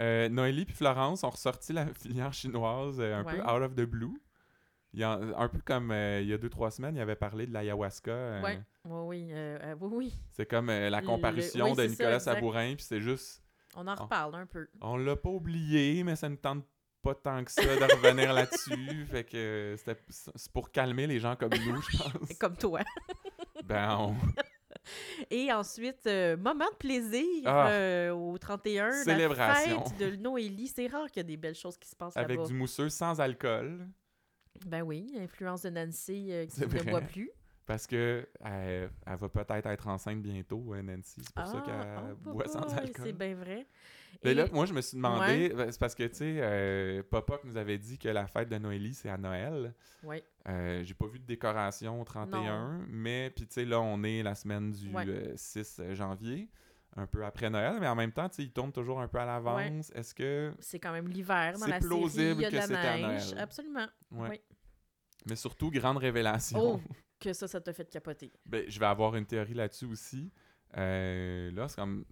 Speaker 1: Euh, Noélie puis Florence ont ressorti la (laughs) filière chinoise euh, un peu
Speaker 2: Ouais.
Speaker 1: out of the blue. Il y a- un peu comme euh, il y a deux, trois semaines, il avait parlé de l'ayahuasca. euh,
Speaker 2: Ouais. Oui, oui, euh, euh, oui, oui.
Speaker 1: C'est comme euh, la
Speaker 2: Le-
Speaker 1: comparution
Speaker 2: Mm, oui,
Speaker 1: de
Speaker 2: c'est ça,
Speaker 1: Nicolas
Speaker 2: exact.
Speaker 1: Sabourin, puis c'est juste,
Speaker 2: On en
Speaker 1: Ah.
Speaker 2: reparle un
Speaker 1: (laughs)
Speaker 2: peu.
Speaker 1: on l'a pas oublié, mais ça ne tente pas tant que ça de
Speaker 2: (laughs)
Speaker 1: revenir là-dessus. Fait que euh, c'était- c'est pour calmer les gens comme nous, je
Speaker 2: (laughs)
Speaker 1: pense.
Speaker 2: Comme toi.
Speaker 1: ben, on-
Speaker 2: Et ensuite, euh, moment de plaisir
Speaker 1: Ah.
Speaker 2: euh, au 31.
Speaker 1: Célébration.
Speaker 2: La fête de Noélie. C'est rare qu'il y a des belles choses qui se passent
Speaker 1: avec
Speaker 2: là-bas.
Speaker 1: du mousseux sans alcool.
Speaker 2: Ben oui, influence de Nancy euh, qui
Speaker 1: C'est
Speaker 2: ne
Speaker 1: vrai.
Speaker 2: boit plus.
Speaker 1: Parce que elle, elle va peut-être être enceinte bientôt, euh, Nancy. C'est pour ça qu'elle
Speaker 2: oh,
Speaker 1: boit sans
Speaker 2: boy, C'est
Speaker 1: alcool.
Speaker 2: bien vrai.
Speaker 1: Mais
Speaker 2: Et-
Speaker 1: là, moi, je me suis demandé, ben, c'est parce que, tu sais, euh, Popoc nous avait dit que la fête de Noélie, c'est à Noël.
Speaker 2: Ouais.
Speaker 1: Euh, J'ai pas vu de décoration au 31, mais, puis, tu sais, là, on est la semaine du
Speaker 2: Ouais.
Speaker 1: euh, 6 janvier, un peu après Noël, mais en même temps, tu sais, il tourne toujours un peu à l'avance. Est-ce que.
Speaker 2: C'est quand même l'hiver dans
Speaker 1: C'est
Speaker 2: la série.
Speaker 1: plausible
Speaker 2: Il y a de
Speaker 1: que
Speaker 2: la
Speaker 1: c'était à
Speaker 2: neige.
Speaker 1: Noël.
Speaker 2: Absolument.
Speaker 1: Ouais.
Speaker 2: Oui.
Speaker 1: Mais surtout, grande révélation.
Speaker 2: Oh, que ça, ça t'a fait capoter.
Speaker 1: (laughs) Ben, je vais avoir une théorie là-dessus aussi. Euh, là, c'est comme.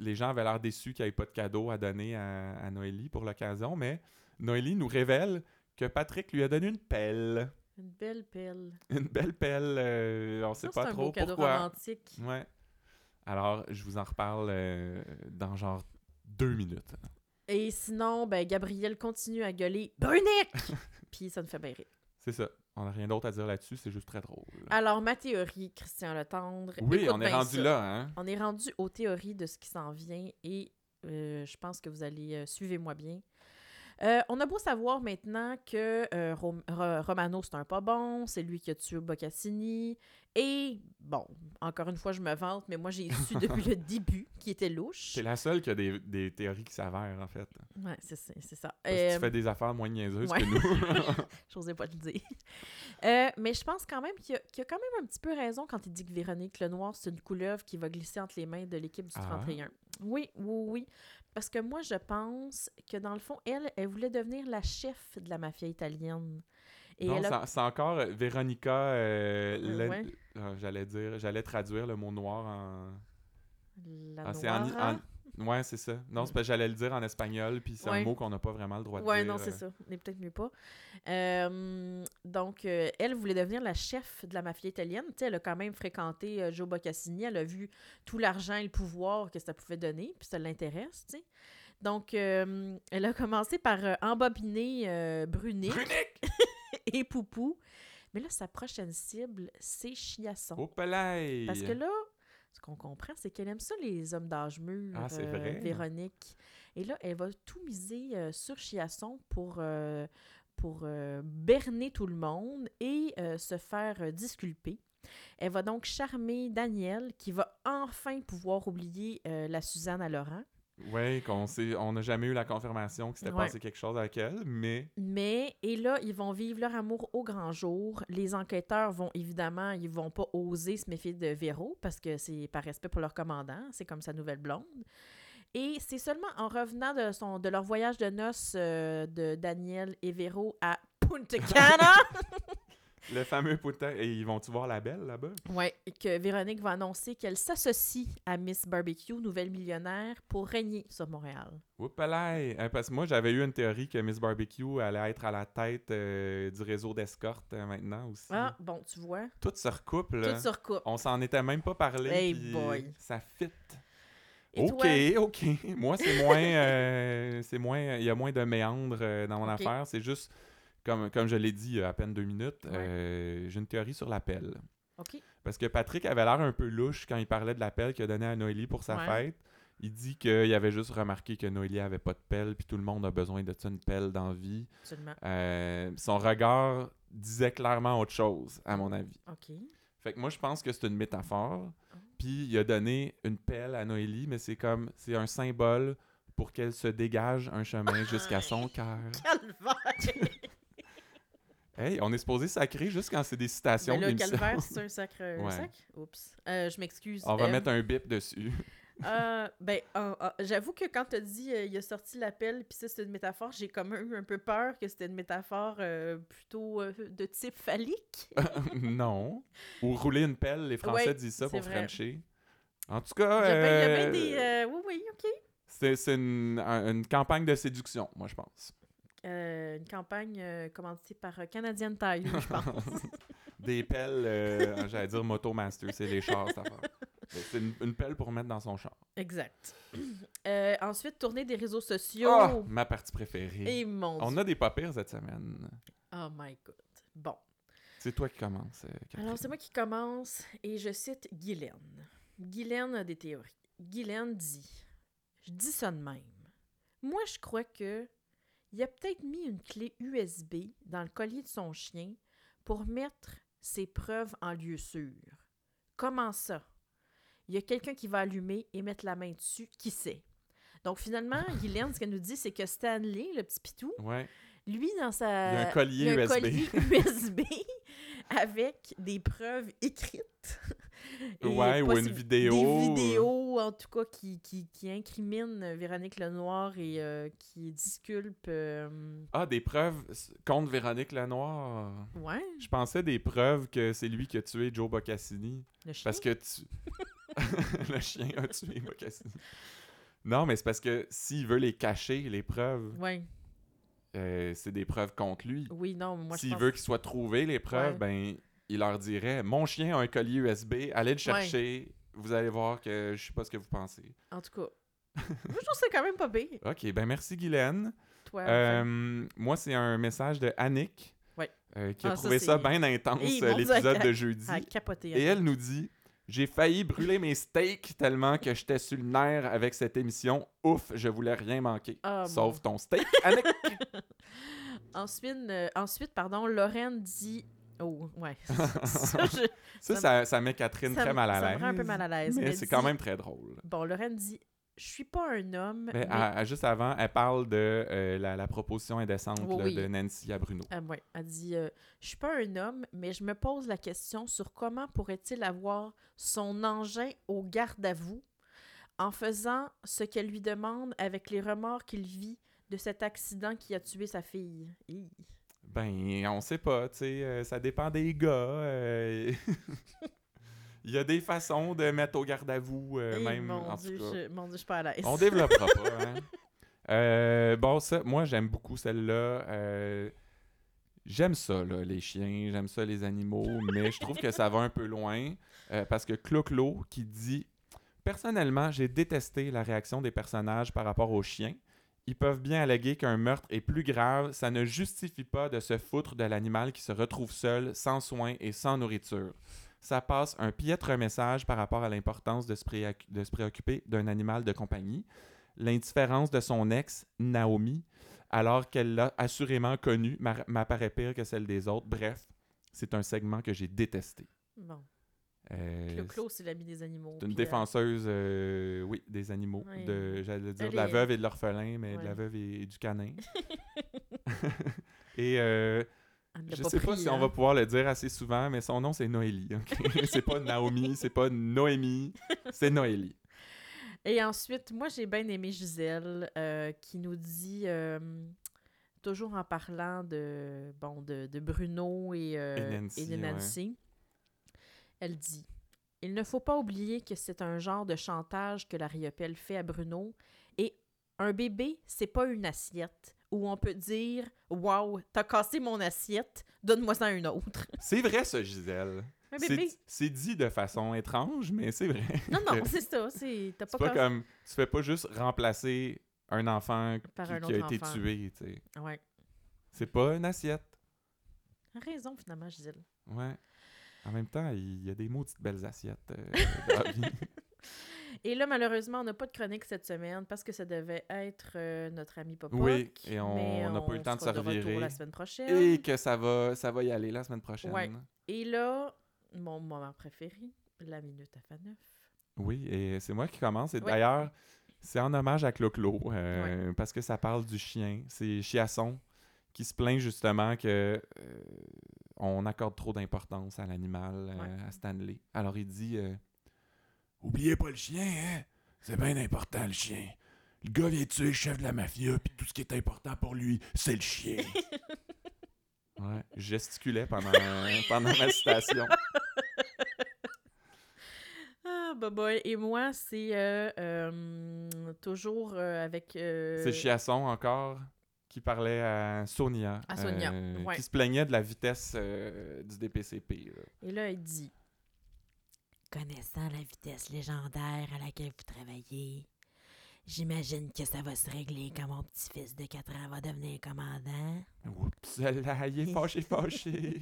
Speaker 1: Les gens avaient l'air déçus qu'il n'y avait pas de cadeau à donner à, à Noélie pour l'occasion, mais Noélie nous révèle que Patrick lui a donné une pelle.
Speaker 2: Une belle pelle.
Speaker 1: Une belle pelle. euh, on ne sait
Speaker 2: Ça,
Speaker 1: pas
Speaker 2: c'est un
Speaker 1: trop
Speaker 2: beau cadeau
Speaker 1: pourquoi.
Speaker 2: romantique.
Speaker 1: Ouais. Alors, je vous en reparle euh, dans genre deux minutes.
Speaker 2: Et sinon, ben, Gabriel continue à gueuler Burnick!
Speaker 1: (laughs)
Speaker 2: Puis ça me fait bien rire.
Speaker 1: C'est ça. On n'a rien d'autre à dire là-dessus, c'est juste très drôle.
Speaker 2: Alors, ma théorie, Christian Letendre.
Speaker 1: oui,
Speaker 2: Ah, écoute
Speaker 1: on est
Speaker 2: bien
Speaker 1: rendu
Speaker 2: ça.
Speaker 1: là, hein?
Speaker 2: On est rendu aux théories de ce qui s'en vient et euh, je pense que vous allez euh, suivez-moi bien. Euh, on a beau savoir maintenant que euh, Rom- Ro- Romano, c'est un pas bon, c'est lui qui a tué Boccassini. Et bon, encore une fois, je me vante, mais moi, j'ai
Speaker 1: (laughs)
Speaker 2: su depuis le début qu'il était louche.
Speaker 1: C'est la seule qui a des, des théories qui s'avèrent, en fait.
Speaker 2: Ouais, c'est ça. c'est ça.
Speaker 1: Parce que
Speaker 2: Euh,
Speaker 1: tu fais des affaires moins niaiseuses
Speaker 2: ouais.
Speaker 1: que nous.
Speaker 2: J'osais pas le dire. (laughs) Euh, mais je pense quand même qu'il a, qu'il a quand même un petit peu raison quand il dit que Véronique Lenoir, c'est une couleuvre qui va glisser entre les mains de l'équipe du
Speaker 1: Ah.
Speaker 2: 31. Oui, oui, oui. Parce que moi, je pense que dans le fond, elle, elle voulait devenir la chef de la mafia italienne. (laughs) Et
Speaker 1: non,
Speaker 2: elle a-
Speaker 1: c'est- c'est encore euh, Véronica. euh,
Speaker 2: Euh,
Speaker 1: Len-
Speaker 2: ouais.
Speaker 1: euh, j'allais dire, j'allais traduire le mot noir en.
Speaker 2: La hein?
Speaker 1: Ah, c'est en-
Speaker 2: Noira.
Speaker 1: en- Ouais, c'est ça. Non, c'est parce que j'allais le dire en espagnol, puis c'est un
Speaker 2: Ouais.
Speaker 1: mot qu'on n'a pas vraiment le droit de
Speaker 2: Ouais,
Speaker 1: dire.
Speaker 2: non, c'est
Speaker 1: euh,
Speaker 2: ça. Mais peut-être mieux pas. Euh, donc, euh, elle voulait devenir la chef de la mafia italienne. Tu sais, elle a quand même fréquenté euh, Joe Boccassini. Elle a vu tout l'argent et le pouvoir que ça pouvait donner, puis ça l'intéresse, tu sais. Donc, euh, elle a commencé par euh, embobiner euh, Brunic (laughs) et Poupou. Mais là, sa prochaine cible, c'est Chiasson.
Speaker 1: Au palais!
Speaker 2: Parce que là, ce qu'on comprend, c'est qu'elle aime ça, les hommes d'âge mûr,
Speaker 1: Ah, c'est
Speaker 2: euh,
Speaker 1: vrai.
Speaker 2: Véronique. Et là, elle va tout miser euh, sur Chiasson pour, euh, pour euh, berner tout le monde et euh, se faire euh, disculper. Elle va donc charmer Daniel, qui va enfin pouvoir oublier euh, la Suzanne à Laurent.
Speaker 1: Ouais, qu'on sait, on n'a jamais eu la confirmation qu'il s'était
Speaker 2: Ouais.
Speaker 1: passé quelque chose avec elle, mais.
Speaker 2: Mais, et là, ils vont vivre leur amour au grand jour. Les enquêteurs vont évidemment, ils vont pas oser se méfier de Véro parce que c'est par respect pour leur commandant, c'est comme sa nouvelle blonde. Et c'est seulement en revenant de, son, de leur voyage de noces euh, de Daniel et Véro à (laughs) Punta Cana
Speaker 1: Le fameux putain. Et ils vont-tu voir la belle là-bas?
Speaker 2: ouais, que Véronique va annoncer qu'elle s'associe à Miss Barbecue, nouvelle millionnaire, pour régner sur Montréal.
Speaker 1: Au palais! Hein, parce que moi, j'avais eu une théorie que Miss Barbecue allait être à la tête euh, du réseau d'escorte euh, maintenant aussi.
Speaker 2: Ah, bon, tu vois,
Speaker 1: Tout se recoupe, là.
Speaker 2: tout se recoupe.
Speaker 1: On s'en était même pas parlé.
Speaker 2: Hey
Speaker 1: puis
Speaker 2: boy.
Speaker 1: Ça fit.
Speaker 2: Et
Speaker 1: ok,
Speaker 2: toi?
Speaker 1: ok. (laughs) Moi, c'est moins. euh, c'est moins. Il y a moins de méandres euh, dans mon
Speaker 2: Ok.
Speaker 1: affaire. C'est juste, comme, comme je l'ai dit il y a à peine deux minutes,
Speaker 2: Ouais.
Speaker 1: euh, j'ai une théorie sur l'appel.
Speaker 2: OK.
Speaker 1: Parce que Patrick avait l'air un peu louche quand il parlait de l'appel qu'il a donné à Noélie pour sa
Speaker 2: Ouais.
Speaker 1: fête. Il dit qu'il avait juste remarqué que Noélie avait pas de pelle, puis tout le monde a besoin de ça, une pelle dans la vie.
Speaker 2: Absolument.
Speaker 1: Euh, son regard disait clairement autre chose, à mon avis.
Speaker 2: OK.
Speaker 1: Fait que moi, je pense que c'est une métaphore.
Speaker 2: Ah.
Speaker 1: Puis il a donné une pelle à Noélie, mais c'est comme, c'est un symbole pour qu'elle se dégage un
Speaker 2: (laughs)
Speaker 1: chemin jusqu'à son cœur.
Speaker 2: Calvaire!
Speaker 1: Hey, on est supposé sacrer juste quand c'est des citations
Speaker 2: Mais
Speaker 1: de
Speaker 2: là,
Speaker 1: l'émission.
Speaker 2: calvaire, c'est un sacre un
Speaker 1: Ouais.
Speaker 2: sac. Oups. Euh, je m'excuse.
Speaker 1: On va
Speaker 2: Euh,
Speaker 1: mettre un bip
Speaker 2: (laughs)
Speaker 1: dessus. (laughs)
Speaker 2: euh, ben, euh, euh, j'avoue que quand t'as dit euh, il a sorti l'appel, puis ça, c'était une métaphore, j'ai comme eu un peu peur que c'était une métaphore euh, plutôt euh, de type phallique.
Speaker 1: non. Ou rouler une pelle, les Français
Speaker 2: Ouais,
Speaker 1: disent ça
Speaker 2: c'est
Speaker 1: pour
Speaker 2: vrai.
Speaker 1: Frencher. En tout cas,
Speaker 2: Il y a bien- il y a bien
Speaker 1: euh,
Speaker 2: des. euh, oui, oui, OK.
Speaker 1: c'est c'est une, un- une campagne de séduction, moi, je pense.
Speaker 2: Euh, une campagne euh, commanditée par euh, Canadian Tire, je pense.
Speaker 1: (laughs)
Speaker 2: (laughs)
Speaker 1: Des pelles, euh, j'allais dire Motomaster, c'est les chars, cette affaire. Mais C'est une, une pelle pour mettre dans son char.
Speaker 2: exact. Euh, ensuite, tournée des réseaux sociaux.
Speaker 1: Ah, ma partie préférée.
Speaker 2: Et mon
Speaker 1: On
Speaker 2: Dieu.
Speaker 1: a des pas pires cette semaine.
Speaker 2: Oh my God. Bon.
Speaker 1: C'est toi qui commence. euh, Catherine.
Speaker 2: Alors, c'est moi qui commence et je cite Guylaine. Guylaine a des théories. Guylaine dit Je dis ça de même. Moi, je crois que Il a peut-être mis une clé USB dans le collier de son chien pour mettre ses preuves en lieu sûr. Comment ça? Il y a quelqu'un qui va allumer et mettre la main dessus. Qui sait? Donc finalement, Guylaine, ce qu'elle nous dit, c'est que Stanley, le petit pitou,
Speaker 1: Ouais.
Speaker 2: lui, dans sa.
Speaker 1: Il y a un collier
Speaker 2: il y a un
Speaker 1: USB.
Speaker 2: Euh,
Speaker 1: (laughs)
Speaker 2: collier USB avec des preuves écrites. et
Speaker 1: Ouais, ou
Speaker 2: possible-
Speaker 1: une vidéo. euh.
Speaker 2: Des vidéos, en tout cas, qui, qui, qui incriminent Véronique Lenoir et euh, qui disculpent. euh,
Speaker 1: Ah, des preuves s- contre Véronique Lanoir.
Speaker 2: ouais,
Speaker 1: Je pensais des preuves que c'est lui qui a tué Joe Bocassini.
Speaker 2: le chien.
Speaker 1: Parce que tu. (laughs) le chien a tué Bocassini. Non, mais c'est parce que s'il veut les cacher, les preuves,
Speaker 2: Ouais,
Speaker 1: euh, c'est des preuves contre lui.
Speaker 2: oui, non, moi je
Speaker 1: S'il
Speaker 2: pense...
Speaker 1: veut qu'ils soient trouvés, les preuves,
Speaker 2: Ouais.
Speaker 1: ben, il leur dirait Mon chien a un collier USB, allez le chercher, vous allez voir que je sais pas ce que vous pensez.
Speaker 2: En tout cas, moi je trouve ça quand même pas pire.
Speaker 1: Ok, ben merci Guylaine.
Speaker 2: Toi,
Speaker 1: Euh, moi, c'est un message de Annick
Speaker 2: Ouais.
Speaker 1: euh, qui a
Speaker 2: Ah, ça,
Speaker 1: trouvé ça,
Speaker 2: c'est-
Speaker 1: bien intense
Speaker 2: Hey,
Speaker 1: euh,
Speaker 2: mon Dieu, Ah,
Speaker 1: l'épisode de
Speaker 2: qu'elle-
Speaker 1: jeudi.
Speaker 2: à capoter. hein.
Speaker 1: Et elle nous dit J'ai failli brûler mes steaks tellement que j'étais sur le nerf avec cette émission. Ouf, je voulais rien manquer.
Speaker 2: Ah, mon
Speaker 1: Sauf ton steak, Annick.
Speaker 2: (laughs) Ensuite, euh, ensuite, pardon, Lorraine dit. Oh,
Speaker 1: (laughs)
Speaker 2: ouais. ça, je-
Speaker 1: ça,
Speaker 2: Ça me-
Speaker 1: ça, ça met Catherine
Speaker 2: ça
Speaker 1: très
Speaker 2: me-
Speaker 1: mal à
Speaker 2: ça
Speaker 1: l'aise.
Speaker 2: me rend un peu mal à l'aise,
Speaker 1: Mais
Speaker 2: mais
Speaker 1: c'est
Speaker 2: dis-
Speaker 1: quand même très drôle.
Speaker 2: Bon, Lorraine dit Je suis pas un homme.
Speaker 1: (laughs) Mais
Speaker 2: mais-
Speaker 1: à- à- juste avant, elle parle de euh, la, la proposition indécente
Speaker 2: Oui,
Speaker 1: là,
Speaker 2: oui.
Speaker 1: de Nancy à Bruno.
Speaker 2: Ah, ouais, Elle dit euh, Je suis pas un homme, mais je me pose la question sur comment pourrait-il avoir son engin au garde à vous en faisant ce qu'elle lui demande avec les remords qu'il vit de cet accident qui a tué sa fille. Hi.
Speaker 1: Ben, on sait pas, tu sais, euh, ça dépend des gars. euh, (laughs) Il y a des façons de mettre au garde à vous, euh,
Speaker 2: Hey,
Speaker 1: même
Speaker 2: Eh mon,
Speaker 1: en
Speaker 2: Dieu,
Speaker 1: tout cas.
Speaker 2: je, mon Dieu, je suis pas à l'aise.
Speaker 1: On développera pas. hein. Euh, bon, ça, moi, j'aime beaucoup celle-là. Euh, j'aime ça, là, les chiens, j'aime ça, les animaux, mais je trouve que ça va un peu loin euh, parce que Clo-Clo qui dit Personnellement, j'ai détesté la réaction des personnages par rapport aux chiens. Ils peuvent bien alléguer qu'un meurtre est plus grave, ça ne justifie pas de se foutre de l'animal qui se retrouve seul, sans soins et sans nourriture. Ça passe un piètre message par rapport à l'importance de se préoc- de se préoccuper d'un animal de compagnie l'indifférence de son ex, Naomi, alors qu'elle l'a assurément connue, m'a- m'apparaît pire que celle des autres. Bref, c'est un segment que j'ai détesté.
Speaker 2: Bon,
Speaker 1: Euh,
Speaker 2: Clo-Clo, c'est l'ami des animaux.
Speaker 1: c'est une
Speaker 2: puis, euh,
Speaker 1: défenseuse, euh, oui, des animaux,
Speaker 2: Ouais.
Speaker 1: de, j'allais dire
Speaker 2: Elle
Speaker 1: de la
Speaker 2: est-
Speaker 1: veuve et de l'orphelin, mais de la
Speaker 2: Ouais.
Speaker 1: veuve et du
Speaker 2: (laughs)
Speaker 1: canin. (laughs) et euh,
Speaker 2: elle l'a
Speaker 1: je sais pas
Speaker 2: pris,
Speaker 1: si on
Speaker 2: hein.
Speaker 1: va pouvoir le dire assez souvent, mais son nom c'est Noélie. ok?
Speaker 2: (laughs)
Speaker 1: (laughs) c'est pas Naomi, c'est pas Noémie, c'est Noélie.
Speaker 2: Et ensuite, moi, j'ai bien aimé Gisèle euh, qui nous dit, euh, toujours en parlant de, bon, de, de Bruno et, euh,
Speaker 1: Et Nancy,
Speaker 2: de
Speaker 1: ouais.
Speaker 2: Nancy, elle dit Il ne faut pas oublier que c'est un genre de chantage que la Riopelle fait à Bruno. Et un bébé, c'est pas une assiette où on peut dire Waouh, t'as cassé mon assiette, donne-moi-en une autre.
Speaker 1: C'est vrai ça, Gisèle.
Speaker 2: Un
Speaker 1: C'est-
Speaker 2: bébé.
Speaker 1: C'est dit de façon étrange, mais c'est vrai.
Speaker 2: Non,
Speaker 1: (laughs)
Speaker 2: non, c'est ça. c'est- T'as pas,
Speaker 1: C'est pas
Speaker 2: cassé
Speaker 1: comme tu fais pas juste remplacer un enfant
Speaker 2: par
Speaker 1: qui,
Speaker 2: un
Speaker 1: qui a
Speaker 2: autre
Speaker 1: été
Speaker 2: enfant.
Speaker 1: tué, tu sais.
Speaker 2: Ouais.
Speaker 1: C'est pas une assiette.
Speaker 2: Raison, finalement, Gisèle.
Speaker 1: Ouais. En même temps, il y a des maudites belles assiettes euh,
Speaker 2: (laughs)
Speaker 1: dans la vie.
Speaker 2: Et là, malheureusement, on n'a pas de chronique cette semaine parce que ça devait être euh, notre ami Papa.
Speaker 1: Oui, et on n'a pas eu le temps de se revirer.
Speaker 2: la semaine prochaine.
Speaker 1: Et
Speaker 2: Et,
Speaker 1: que ça va, ça va y aller la semaine prochaine.
Speaker 2: Ouais. là, mon moment préféré, la minute à Faneuf.
Speaker 1: Oui, et c'est moi qui commence. Et
Speaker 2: Oui.
Speaker 1: d'ailleurs, c'est en hommage à Clo-Clo, euh, parce que ça parle du chien. C'est Chiasson qui se plaint justement que euh, on accorde trop d'importance à l'animal, euh,
Speaker 2: Ouais.
Speaker 1: à Stanley. Alors il dit euh, Oubliez pas le chien, hein? C'est bien important le chien. Le gars vient de tuer le chef de la mafia, puis tout ce qui est important pour lui, c'est le chien.
Speaker 2: (laughs)
Speaker 1: ouais, je gesticulais pendant, pendant ma citation.
Speaker 2: Ah, Boboy. Et moi, c'est euh, euh, toujours euh, avec. euh,
Speaker 1: C'est Chiasson encore qui parlait à Sonia.
Speaker 2: À Sonia,
Speaker 1: euh,
Speaker 2: ouais.
Speaker 1: Qui se plaignait de la vitesse euh, du DPCP. là.
Speaker 2: Et là, il dit
Speaker 3: Connaissant la vitesse légendaire à laquelle vous travaillez, j'imagine que ça va se régler quand mon petit-fils de 4 ans va devenir commandant.
Speaker 1: Oups, là, il est
Speaker 2: (laughs)
Speaker 1: fâché, fâché.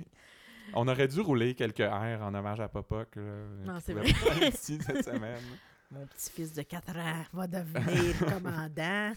Speaker 1: On aurait dû rouler quelques airs en hommage à Popoc.
Speaker 2: Non, c'est
Speaker 1: vrai. Ici, cette semaine.
Speaker 2: (laughs) Mon petit-fils de 4 ans.
Speaker 3: va devenir commandant.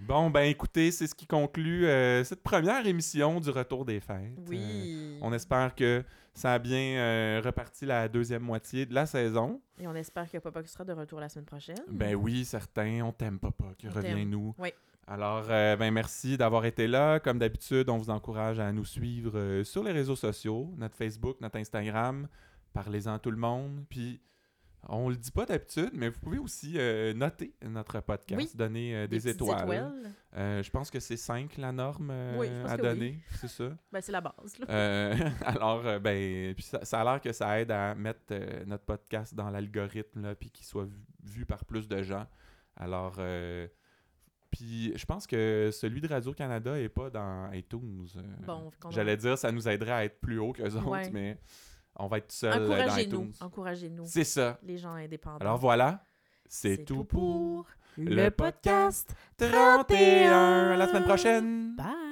Speaker 1: Bon, ben écoutez, c'est ce qui conclut euh, cette première émission du Retour des Fêtes. Euh,
Speaker 2: Oui.
Speaker 1: on espère que ça a bien euh, reparti la deuxième moitié de la saison.
Speaker 2: Et on espère que Papa sera de retour la semaine prochaine.
Speaker 1: Ben oui, certain, on t'aime, Papa, que
Speaker 2: On t'aime.
Speaker 1: reviens-nous.
Speaker 2: Oui.
Speaker 1: Alors, euh, ben merci d'avoir été là. Comme d'habitude, on vous encourage à nous suivre euh, sur les réseaux sociaux, notre Facebook, notre Instagram. Parlez-en à tout le monde. Puis, on le dit pas d'habitude, mais vous pouvez aussi euh, noter notre podcast,
Speaker 2: Oui.
Speaker 1: donner euh, des,
Speaker 2: petites
Speaker 1: étoiles. Euh, je pense que c'est 5 la norme euh,
Speaker 2: Oui, je pense
Speaker 1: à
Speaker 2: que
Speaker 1: donner, c'est ça.
Speaker 2: Ben, c'est la base. Là.
Speaker 1: Euh, (laughs) alors, euh, ben, puis ça, ça a l'air que ça aide à mettre euh, notre podcast dans l'algorithme, là, puis qu'il soit vu, vu par plus de gens. Alors, euh, puis je pense que celui de Radio-Canada est pas dans iTunes. euh,
Speaker 2: Bon, qu'on en-
Speaker 1: J'allais dire, ça nous aiderait à être plus haut qu'eux autres,
Speaker 2: Ouais.
Speaker 1: mais on va être tout seul euh, dans
Speaker 2: encouragez-nous. Ah,
Speaker 1: iTunes.
Speaker 2: Encouragez-nous.
Speaker 1: C'est ça.
Speaker 2: Les gens indépendants.
Speaker 1: Alors voilà, c'est tout pour
Speaker 3: le podcast.
Speaker 1: 31. À la semaine prochaine.
Speaker 3: Bye.